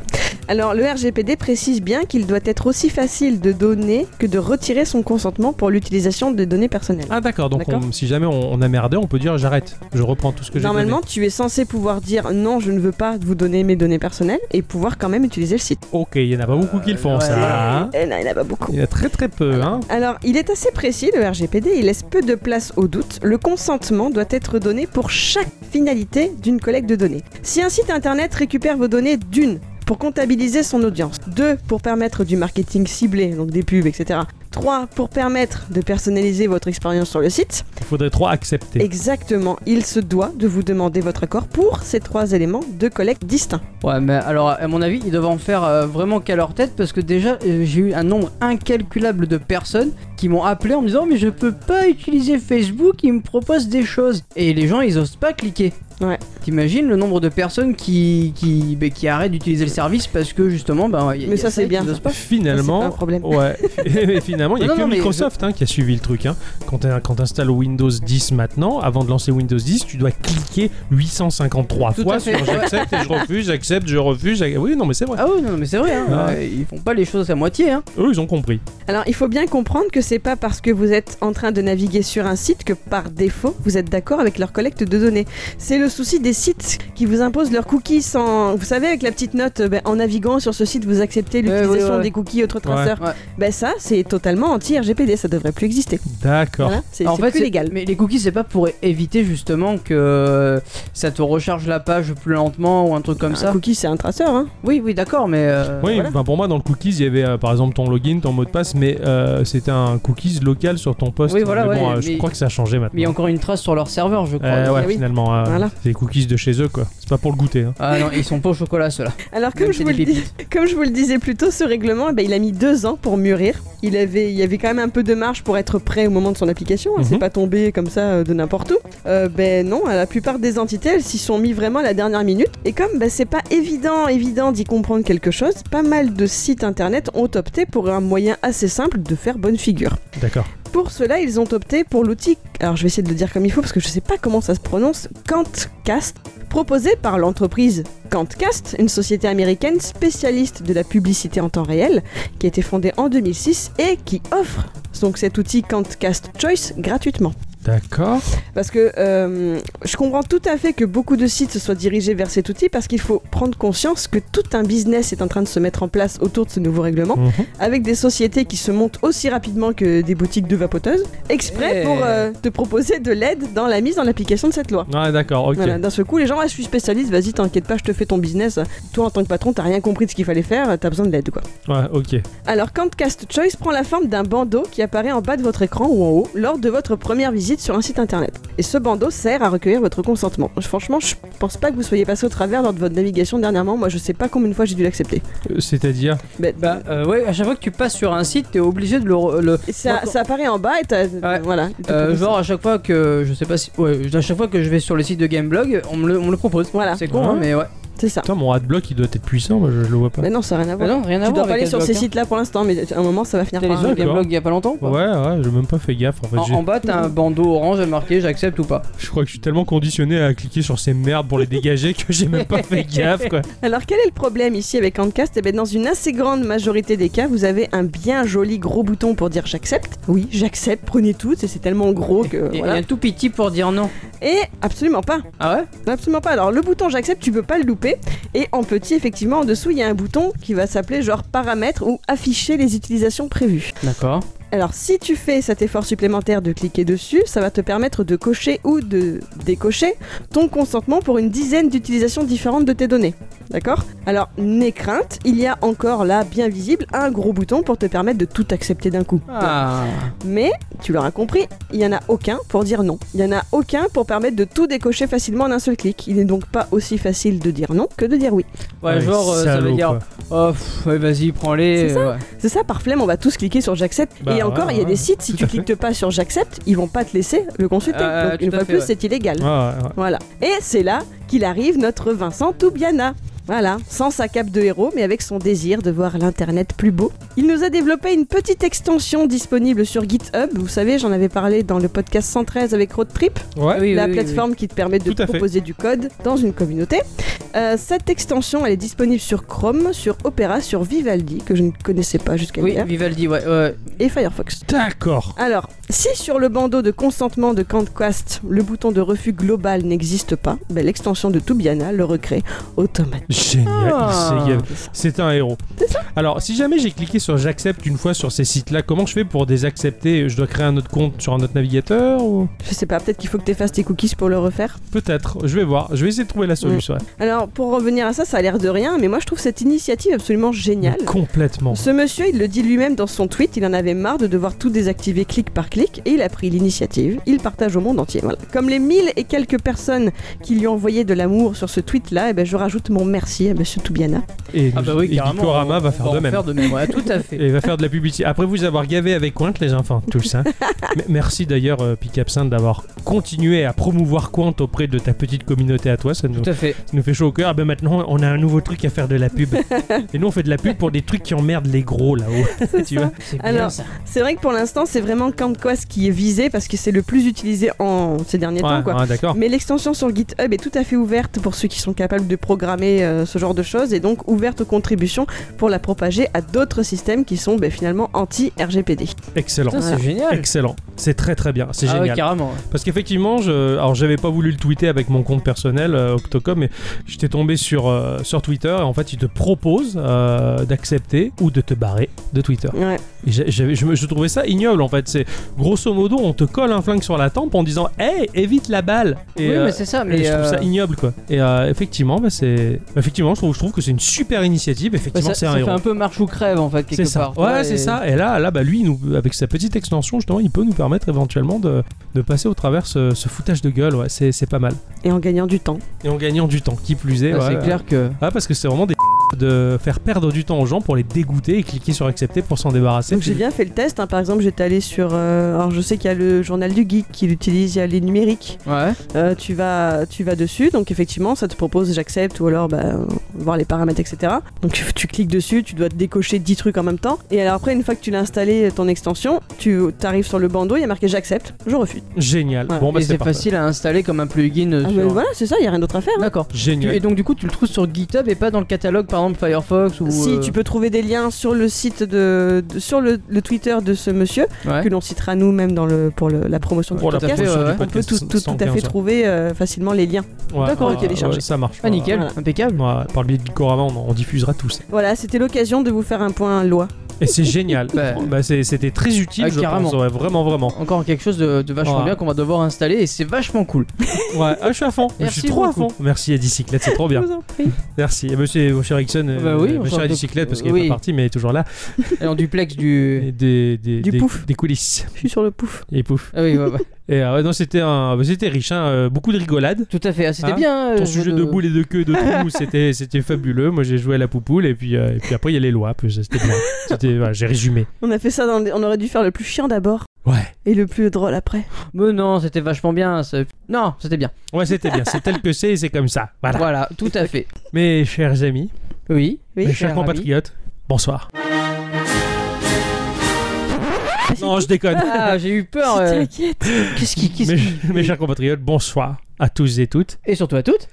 Speaker 3: Alors le RGPD précise bien qu'il doit être aussi facile de donner que de retirer son consentement pour l'utilisation de données personnelles.
Speaker 1: Ah, d'accord. Donc,
Speaker 3: D'accord.
Speaker 1: on- si jamais on, on a merdé, on peut dire j'arrête. Je reprends tout ce que j'ai donné.
Speaker 3: Normalement, tu es censé pouvoir dire non, je ne veux pas vous donner mes données personnelles et pouvoir quand même utiliser le site.
Speaker 1: Ok, il y en a pas beaucoup qui le font,
Speaker 2: ouais.
Speaker 1: ça. hein.
Speaker 3: Eh non, il n'y en a pas beaucoup.
Speaker 1: Il y en a très très peu, hein.
Speaker 3: Alors, il est assez précis, le RGPD, il laisse peu de place au doute. Le consentement doit être donné pour chaque finalité d'une collecte de données. Si un site internet récupère vos données d'une, pour comptabiliser son audience, deux, pour permettre du marketing ciblé, donc des pubs, etc. Trois, pour permettre de personnaliser votre expérience sur le site.
Speaker 1: Il faudrait trois accepter.
Speaker 3: Exactement, il se doit de vous demander votre accord pour ces trois éléments de collecte distincts.
Speaker 2: Ouais, mais alors, à mon avis, ils doivent en faire euh, vraiment qu'à leur tête parce que déjà, euh, j'ai eu un nombre incalculable de personnes qui m'ont appelé en me disant Mais je peux pas utiliser Facebook, ils me proposent des choses. Et les gens, ils osent pas cliquer.
Speaker 3: Ouais.
Speaker 2: T'imagines le nombre de personnes qui, qui, ben, qui arrêtent d'utiliser le service parce que justement, ben. y a-
Speaker 3: Mais
Speaker 2: y a
Speaker 3: ça, c'est
Speaker 2: ils
Speaker 3: bien.
Speaker 2: osent pas.
Speaker 1: Finalement,
Speaker 3: Ça, c'est pas un problème.
Speaker 1: Ouais, mais finalement, il n'y a
Speaker 2: Non,
Speaker 1: que
Speaker 2: non, mais
Speaker 1: Microsoft hein, qui a suivi le truc. Hein. Quand tu installes Windows 10 maintenant, avant de lancer Windows 10, tu dois cliquer 853
Speaker 2: Tout à
Speaker 1: fois
Speaker 2: fait.
Speaker 1: sur j'accepte et je refuse, j'accepte, je refuse. j'ac- Oui, non, mais c'est vrai.
Speaker 2: Ah oui, non, mais c'est vrai, hein,
Speaker 1: Ah.
Speaker 2: euh, ils font pas les choses à moitié. Hein.
Speaker 1: Eux, ils ont compris.
Speaker 3: Alors il faut bien comprendre que c'est pas parce que vous êtes en train de naviguer sur un site que par défaut vous êtes d'accord avec leur collecte de données. C'est le souci des sites qui vous imposent leurs cookies sans. Vous savez, avec la petite note, euh, ben, en naviguant sur ce site vous acceptez
Speaker 2: Ouais,
Speaker 3: l'utilisation
Speaker 2: ouais, ouais.
Speaker 3: des cookies autres traceurs.
Speaker 2: Ouais.
Speaker 3: Ben ça c'est totalement anti-RGPD, ça devrait plus exister.
Speaker 1: D'accord.
Speaker 3: Voilà, c'est
Speaker 2: En
Speaker 3: c'est
Speaker 2: fait,
Speaker 3: plus
Speaker 2: c'est-
Speaker 3: légal.
Speaker 2: Mais les cookies, c'est pas pour é- éviter justement que ça te recharge la page plus lentement ou un truc comme
Speaker 3: Un
Speaker 2: ça.
Speaker 3: cookie c'est un traceur, hein.
Speaker 2: Oui, oui, d'accord, mais. euh,
Speaker 1: Oui,
Speaker 2: voilà.
Speaker 1: ben, pour moi, dans le cookies, il y avait euh, par exemple ton login, ton mot de passe, mais euh, c'était un cookies local sur ton poste.
Speaker 2: Oui, voilà,
Speaker 1: Mais bon,
Speaker 2: ouais,
Speaker 1: euh, je
Speaker 2: mais-
Speaker 1: crois que ça a changé maintenant.
Speaker 2: Mais il y a encore une trace sur leur serveur, je crois.
Speaker 1: Euh, ouais,
Speaker 3: Ah oui.
Speaker 1: finalement, euh,
Speaker 3: Voilà.
Speaker 1: c'est les cookies de chez eux, quoi. C'est pas pour le goûter. hein.
Speaker 2: Ah non, ils sont pas au chocolat ceux-là.
Speaker 3: Alors
Speaker 2: Même
Speaker 3: comme je,
Speaker 2: c'est
Speaker 3: vous
Speaker 2: des
Speaker 3: le dis-
Speaker 2: pépites.
Speaker 3: comme je vous le disais plus tôt, ce règlement, eh ben, il a mis deux ans pour mûrir. Il avait, il y avait quand même un peu de marge pour être prêt au moment de son application. hein. C'est
Speaker 1: Mhm.
Speaker 3: pas tombé comme ça euh, de n'importe où. Euh, ben non, la plupart des entités, elles s'y sont mis vraiment à la dernière minute. Et comme ben, c'est pas évident, évident d'y comprendre quelque chose, pas mal de sites internet ont opté pour un moyen assez simple de faire bonne figure.
Speaker 1: D'accord.
Speaker 3: Pour cela, ils ont opté pour l'outil, alors je vais essayer de le dire comme il faut parce que je sais pas comment ça se prononce, Quantcast, proposé par l'entreprise Quantcast, une société américaine spécialiste de la publicité en temps réel, qui a été fondée en 2006 et qui offre donc cet outil Quantcast Choice gratuitement.
Speaker 1: D'accord.
Speaker 3: Parce que euh, je comprends tout à fait que beaucoup de sites se soient dirigés vers cet outil parce qu'il faut prendre conscience que tout un business est en train de se mettre en place autour de ce nouveau règlement
Speaker 1: Mhm.
Speaker 3: avec des sociétés qui se montent aussi rapidement que des boutiques de vapoteuses, exprès
Speaker 2: Eh.
Speaker 3: pour euh, te proposer de l'aide dans la mise en application de cette loi.
Speaker 1: Ouais, d'accord, ok.
Speaker 3: Voilà, d'un seul coup, les gens, ah, je suis spécialiste, vas-y, t'inquiète pas, je te fais ton business. Toi, en tant que patron, t'as rien compris de ce qu'il fallait faire, t'as besoin de l'aide, quoi.
Speaker 1: Ouais, ok.
Speaker 3: Alors, Cast Choice prend la forme d'un bandeau qui apparaît en bas de votre écran ou en haut lors de votre première visite visite sur un site internet. Et ce bandeau sert à recueillir votre consentement. Franchement, je pense pas que vous soyez passé au travers lors de votre navigation dernièrement. Moi, je sais pas combien de fois j'ai dû l'accepter.
Speaker 1: Euh, C'est-à-dire
Speaker 3: Mais-
Speaker 2: Bah euh, ouais, à chaque fois que tu passes sur un site, t'es obligé de le. re- le-
Speaker 3: Et ça, ça apparaît en bas et t'as- voilà. il te
Speaker 2: Euh,
Speaker 3: propose ça.
Speaker 2: genre à chaque fois que je sais pas si ouais, à chaque fois que je vais sur le site de Gameblog, on me le, on me le propose.
Speaker 3: Voilà.
Speaker 2: C'est con, hein,
Speaker 1: Ouais.
Speaker 2: mais ouais.
Speaker 3: c'est ça.
Speaker 1: Putain, mon adblock il doit être puissant, moi je, je le vois pas.
Speaker 3: Mais non, ça n'a rien à
Speaker 2: Ah
Speaker 3: voir.
Speaker 2: non, rien à
Speaker 3: tu
Speaker 2: voir.
Speaker 3: dois pas aller
Speaker 2: avec
Speaker 3: sur ces
Speaker 2: Adblock, hein.
Speaker 3: sites là pour l'instant, mais à un moment ça va finir
Speaker 2: T'es allé
Speaker 3: par.
Speaker 2: sur
Speaker 1: Ah,
Speaker 2: le
Speaker 1: d'accord.
Speaker 2: Gameblog il y a pas longtemps ou pas
Speaker 1: Ouais, ouais, j'ai même pas fait gaffe en fait.
Speaker 2: en,
Speaker 1: j'ai-
Speaker 2: en bas, t'as un bandeau orange à marquer j'accepte ou pas.
Speaker 1: Je crois que je suis tellement conditionné à cliquer sur ces merdes pour les dégager que j'ai même pas fait gaffe quoi.
Speaker 3: Alors quel est le problème ici avec Handcast Eh bien dans une assez grande majorité des cas, vous avez un bien joli gros bouton pour dire j'accepte. Oui, j'accepte, prenez tout, c'est- c'est tellement gros que
Speaker 2: Et,
Speaker 3: voilà.
Speaker 2: et un tout petit pour dire non.
Speaker 3: Et absolument pas.
Speaker 2: Ah ouais
Speaker 3: Absolument pas. Alors le bouton j'accepte, tu peux pas le louper. Et en petit, effectivement, en dessous, il y a un bouton qui va s'appeler genre paramètres ou afficher les utilisations prévues.
Speaker 2: D'accord.
Speaker 3: Alors si tu fais cet effort supplémentaire de cliquer dessus, ça va te permettre de cocher ou de décocher ton consentement pour une dizaine d'utilisations différentes de tes données. D'accord Alors n'aie crainte, il y a encore là, bien visible, un gros bouton pour te permettre de tout accepter d'un coup.
Speaker 2: Ah.
Speaker 3: Mais, tu l'auras compris, il n'y en a aucun pour dire non. Il n'y en a aucun pour permettre de tout décocher facilement en un seul clic. Il n'est donc pas aussi facile de dire non que de dire oui.
Speaker 2: Ouais, genre, euh, ça
Speaker 1: salaud,
Speaker 2: veut dire,
Speaker 1: Ah, quoi.
Speaker 2: oh, pff, ouais, vas-y, prends-les.
Speaker 3: C'est
Speaker 2: euh, ouais.
Speaker 3: C'est ça, par flemme, on va tous cliquer sur j'accepte.
Speaker 1: Bah,
Speaker 3: et encore,
Speaker 1: ouais,
Speaker 3: il y a
Speaker 1: ouais,
Speaker 3: des sites, si
Speaker 1: tout
Speaker 3: tu
Speaker 1: à fait.
Speaker 3: cliques pas sur j'accepte, ils vont pas te laisser le consulter.
Speaker 2: Euh,
Speaker 3: Donc,
Speaker 2: tout
Speaker 3: une
Speaker 2: à
Speaker 3: fois de
Speaker 2: fait,
Speaker 3: plus,
Speaker 2: ouais.
Speaker 3: c'est illégal.
Speaker 1: Ah, ouais, ouais.
Speaker 3: Voilà. Et c'est là qu'il arrive notre Vincent Toubiana. Voilà, sans sa cape de héros, mais avec son désir de voir l'Internet plus beau. Il nous a développé une petite extension disponible sur GitHub. Vous savez, j'en avais parlé dans le podcast 113 avec Road Trip
Speaker 1: Ouais.
Speaker 2: Ah Oui,
Speaker 3: la
Speaker 2: oui, oui,
Speaker 3: plateforme qui te permet de
Speaker 1: Tout à fait.
Speaker 3: proposer du code dans une communauté. Euh, cette extension, elle est disponible sur Chrome, sur Opera, sur Vivaldi, que je ne connaissais pas jusqu'à
Speaker 2: Oui,
Speaker 3: hier,
Speaker 2: Vivaldi, ouais. ouais.
Speaker 3: et Firefox.
Speaker 1: D'accord.
Speaker 3: Alors, si sur le bandeau de consentement de Cantquast, le bouton de refus global n'existe pas, ben, l'extension de Toubiana le recrée automatiquement.
Speaker 1: Génial.
Speaker 2: Ah.
Speaker 1: il s'est gavé. C'est un héros. Alors, si jamais j'ai cliqué sur j'accepte une fois sur ces sites-là, comment je fais pour désaccepter Je dois créer un autre compte sur un autre navigateur ou
Speaker 3: Je sais pas, peut-être qu'il faut que tu effaces tes cookies pour le refaire.
Speaker 1: Peut-être. Je vais voir. Je vais essayer de trouver la solution. ouais.
Speaker 3: Alors, pour revenir à ça, ça a l'air de rien, mais moi je trouve cette initiative absolument géniale.
Speaker 1: Mais Complètement.
Speaker 3: Ce monsieur, il le dit lui-même dans son tweet, il en avait marre de devoir tout désactiver clic par clic et il a pris l'initiative. Il partage au monde entier. Voilà. Comme les mille et quelques personnes qui lui ont envoyé de l'amour sur ce tweet-là, eh ben, je rajoute mon merci à monsieur Toubiana.
Speaker 1: Et,
Speaker 2: Ah bah oui,
Speaker 1: et
Speaker 2: carrément.
Speaker 1: Gikorama
Speaker 2: on-
Speaker 1: va
Speaker 2: on
Speaker 1: faire de
Speaker 2: en
Speaker 1: même.
Speaker 2: Faire de même, ouais, tout à fait.
Speaker 1: Et il va faire de la publicité. Après vous avoir gavé avec Quint, les enfants, tous. Hein. M- Merci d'ailleurs, euh, Pic Absinthe, d'avoir continué à promouvoir Quint auprès de ta petite communauté à toi. Ça nous,
Speaker 2: Tout à fait.
Speaker 1: ça nous fait chaud au cœur. Ah ben maintenant, on a un nouveau truc à faire de la pub. Et nous, on fait de la pub pour des trucs qui emmerdent les gros là-haut. tu vois
Speaker 2: C'est bien
Speaker 3: Alors,
Speaker 2: ça.
Speaker 3: C'est vrai que pour l'instant, c'est vraiment Camquas qui est visé parce que c'est le plus utilisé en ces derniers temps.
Speaker 1: Ouais,
Speaker 3: Quoi.
Speaker 1: ouais, d'accord.
Speaker 3: Mais l'extension sur GitHub est tout à fait ouverte pour ceux qui sont capables de programmer euh, ce genre de choses et donc ouverte aux contributions pour la propager à d'autres systèmes qui sont ben, finalement anti-RGPD.
Speaker 1: Excellent.
Speaker 2: Putain, c'est génial.
Speaker 1: Excellent. C'est très très bien. C'est
Speaker 2: ah ouais,
Speaker 1: génial.
Speaker 2: carrément. ouais.
Speaker 1: Parce qu'effectivement, je... alors j'avais pas voulu le tweeter avec mon compte personnel euh, Octocom, mais j'étais tombé sur, euh, sur Twitter et en fait, il te propose euh, d'accepter ou de te barrer de Twitter.
Speaker 3: Ouais.
Speaker 1: Et j'a- j'avais- je, me- je trouvais ça ignoble en fait. C'est grosso modo, on te colle un flingue sur la tempe en disant Hey, évite la balle Et,
Speaker 2: oui,
Speaker 1: euh,
Speaker 2: mais c'est ça. Mais
Speaker 1: et je trouve
Speaker 2: euh,
Speaker 1: ça ignoble quoi. Et euh, effectivement, bah, c'est. Effectivement, je trouve, je trouve que c'est une super initiative.
Speaker 2: ouais,
Speaker 1: Effectivement,
Speaker 2: Bah, ça,
Speaker 1: c'est
Speaker 2: ça
Speaker 1: un
Speaker 2: fait
Speaker 1: héros.
Speaker 2: un peu marche ou crève en fait,
Speaker 1: C'est
Speaker 2: quelque
Speaker 1: ça.
Speaker 2: part.
Speaker 1: Ouais,
Speaker 2: et-
Speaker 1: c'est ça. Et là, là bah, lui, il nous, avec sa petite extension, justement, il peut nous permettre éventuellement de, de passer au travers ce, ce foutage de gueule. Ouais, c'est c'est pas mal.
Speaker 3: Et en gagnant du temps.
Speaker 1: Et en gagnant du temps, qui plus est.
Speaker 2: Ouais,
Speaker 1: ouais.
Speaker 2: c'est clair que.
Speaker 1: Ah, parce que c'est vraiment des de faire perdre du temps aux gens pour les dégoûter et cliquer sur accepter pour s'en débarrasser.
Speaker 3: Donc j'ai bien fait le test. hein. Par exemple, j'étais allé sur. euh, alors je sais qu'il y a le journal du geek qui l'utilise, il y a les numériques.
Speaker 2: Ouais.
Speaker 3: Euh, tu, vas, tu vas dessus, donc effectivement, ça te propose j'accepte ou alors bah, euh, voir les paramètres, etc. Donc tu, tu cliques dessus, tu dois te décocher 10 trucs en même temps. Et alors après, une fois que tu l'as installé euh, ton extension, tu arrives sur le bandeau, il y a marqué j'accepte, je refuse.
Speaker 1: Génial.
Speaker 3: Ouais.
Speaker 1: Bon, bah,
Speaker 2: et
Speaker 1: c'est
Speaker 2: c'est
Speaker 1: parfait.
Speaker 2: facile à installer comme un plugin. euh,
Speaker 3: Ah,
Speaker 2: sur-
Speaker 3: mais voilà, c'est ça, il y a rien d'autre à faire. hein.
Speaker 2: D'accord. Tu-
Speaker 1: Génial.
Speaker 2: Et donc du coup, tu le trouves sur GitHub et pas dans le catalogue, par exemple Firefox ou.
Speaker 3: Si
Speaker 2: euh,
Speaker 3: tu peux trouver des liens sur le site de, de- sur le, le Twitter de ce monsieur
Speaker 2: ouais.
Speaker 3: que l'on citera nous-mêmes dans le pour le- la promotion
Speaker 1: Pour
Speaker 3: du
Speaker 1: la
Speaker 2: tout à fait,
Speaker 3: podcast,
Speaker 1: promotion
Speaker 2: ouais,
Speaker 1: du
Speaker 2: ouais.
Speaker 3: on peut
Speaker 1: podcast
Speaker 3: tout, tout- tout à
Speaker 1: 115,
Speaker 3: fait
Speaker 1: ouais.
Speaker 3: trouver euh, facilement les liens.
Speaker 1: Ouais,
Speaker 3: D'accord, ok,
Speaker 1: ouais,
Speaker 3: téléchargé.
Speaker 1: ouais, Ça marche.
Speaker 2: Ah nickel,
Speaker 3: Voilà.
Speaker 2: impeccable.
Speaker 1: Ouais, par le biais de Gikorama, on, on diffusera tous.
Speaker 3: Voilà, c'était l'occasion de vous faire un point loi.
Speaker 1: Et c'est génial.
Speaker 2: Bah.
Speaker 1: Bah, c'est- C'était très utile,
Speaker 2: Ah,
Speaker 1: je
Speaker 2: carrément.
Speaker 1: pense. Ouais, vraiment, vraiment.
Speaker 2: Encore quelque chose de, de vachement
Speaker 1: Ouais.
Speaker 2: bien qu'on va devoir installer et c'est vachement cool.
Speaker 1: Ouais, ah, je suis à fond. je
Speaker 2: Merci
Speaker 1: suis trop à
Speaker 2: beaucoup.
Speaker 1: fond. Merci à Dicyclette, c'est trop
Speaker 3: Je
Speaker 1: bien.
Speaker 3: vous en prie.
Speaker 1: Merci. Et monsieur, monsieur Erickson, euh,
Speaker 2: Bah oui, on
Speaker 1: monsieur
Speaker 2: s'en
Speaker 1: à
Speaker 2: doute.
Speaker 1: Dicyclette, parce qu'il est
Speaker 2: Oui.
Speaker 1: pas parti, mais il est toujours là.
Speaker 2: Et en duplex du.
Speaker 1: Et des, des,
Speaker 3: Du
Speaker 1: des,
Speaker 3: pouf.
Speaker 1: des coulisses.
Speaker 3: Je suis sur le pouf.
Speaker 1: Et pouf.
Speaker 2: Ah oui, ouais, ouais.
Speaker 1: Et euh, ouais, non, c'était un, c'était riche, hein, euh, beaucoup de rigolade.
Speaker 2: Tout à fait, ah, c'était
Speaker 1: Hein
Speaker 2: bien. euh,
Speaker 1: Ton
Speaker 2: jeu
Speaker 1: sujet de boule et de queue et de trou, c'était, c'était fabuleux. Moi, j'ai joué à la poupoule et puis, euh, et puis après, il y a les lois. puis C'était bien. C'était, voilà, j'ai résumé.
Speaker 3: On a fait ça dans le- On aurait dû faire le plus chiant d'abord
Speaker 1: Ouais.
Speaker 3: et le plus drôle après.
Speaker 2: Mais non, c'était vachement bien. c'est- Non, c'était bien.
Speaker 1: Ouais, c'était bien. C'est tel que c'est et c'est comme ça. Voilà.
Speaker 2: Voilà, tout à fait.
Speaker 1: Mes chers amis,
Speaker 2: Oui. Ah,
Speaker 3: Oui.
Speaker 1: mes chers
Speaker 2: cher ami.
Speaker 1: compatriotes, bonsoir. Non, je déconne.
Speaker 2: Ah, j'ai eu peur.
Speaker 3: Si
Speaker 2: euh,
Speaker 3: t'inquiète.
Speaker 2: Qu'est-ce qui, qu'est-ce
Speaker 1: Mes,
Speaker 2: qui-
Speaker 1: mes chers compatriotes, bonsoir à tous et toutes.
Speaker 2: Et surtout à toutes.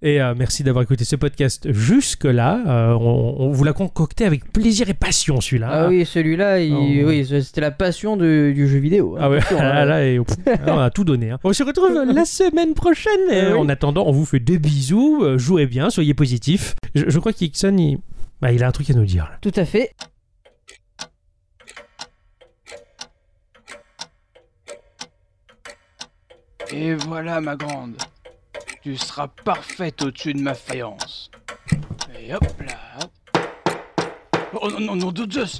Speaker 1: Et euh, merci d'avoir écouté ce podcast jusque-là. Euh, on, on vous l'a concocté avec plaisir et passion, celui-là.
Speaker 2: Ah, oui, celui-là, il-
Speaker 1: Oh.
Speaker 2: oui, c'était la passion de- du jeu vidéo. hein.
Speaker 1: Ah ouais,
Speaker 2: Attention, hein. Eh
Speaker 1: là, là, et- pff, on a tout donné. hein. On se retrouve la semaine prochaine. Et
Speaker 2: Euh, Oui.
Speaker 1: En attendant, on vous fait des bisous. Euh, Jouez bien, soyez positifs. Je, je crois qu'Ixon, il... bah, il a un truc à nous dire. là.
Speaker 2: Tout à fait.
Speaker 5: Et voilà ma grande. Tu seras parfaite au-dessus de ma faïence. Et hop là. Oh non non non de Zeus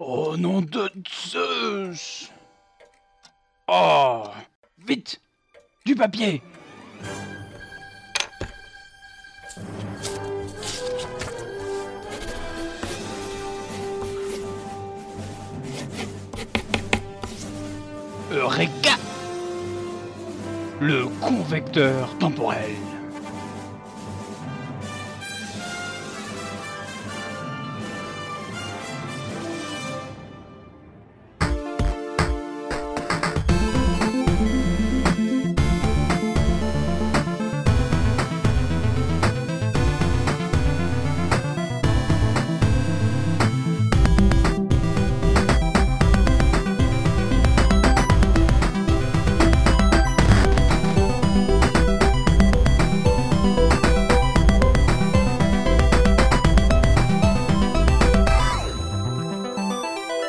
Speaker 5: Oh non de Zeus Oh Vite Du papier Eureka Euh, Le convecteur temporel.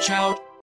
Speaker 5: Ciao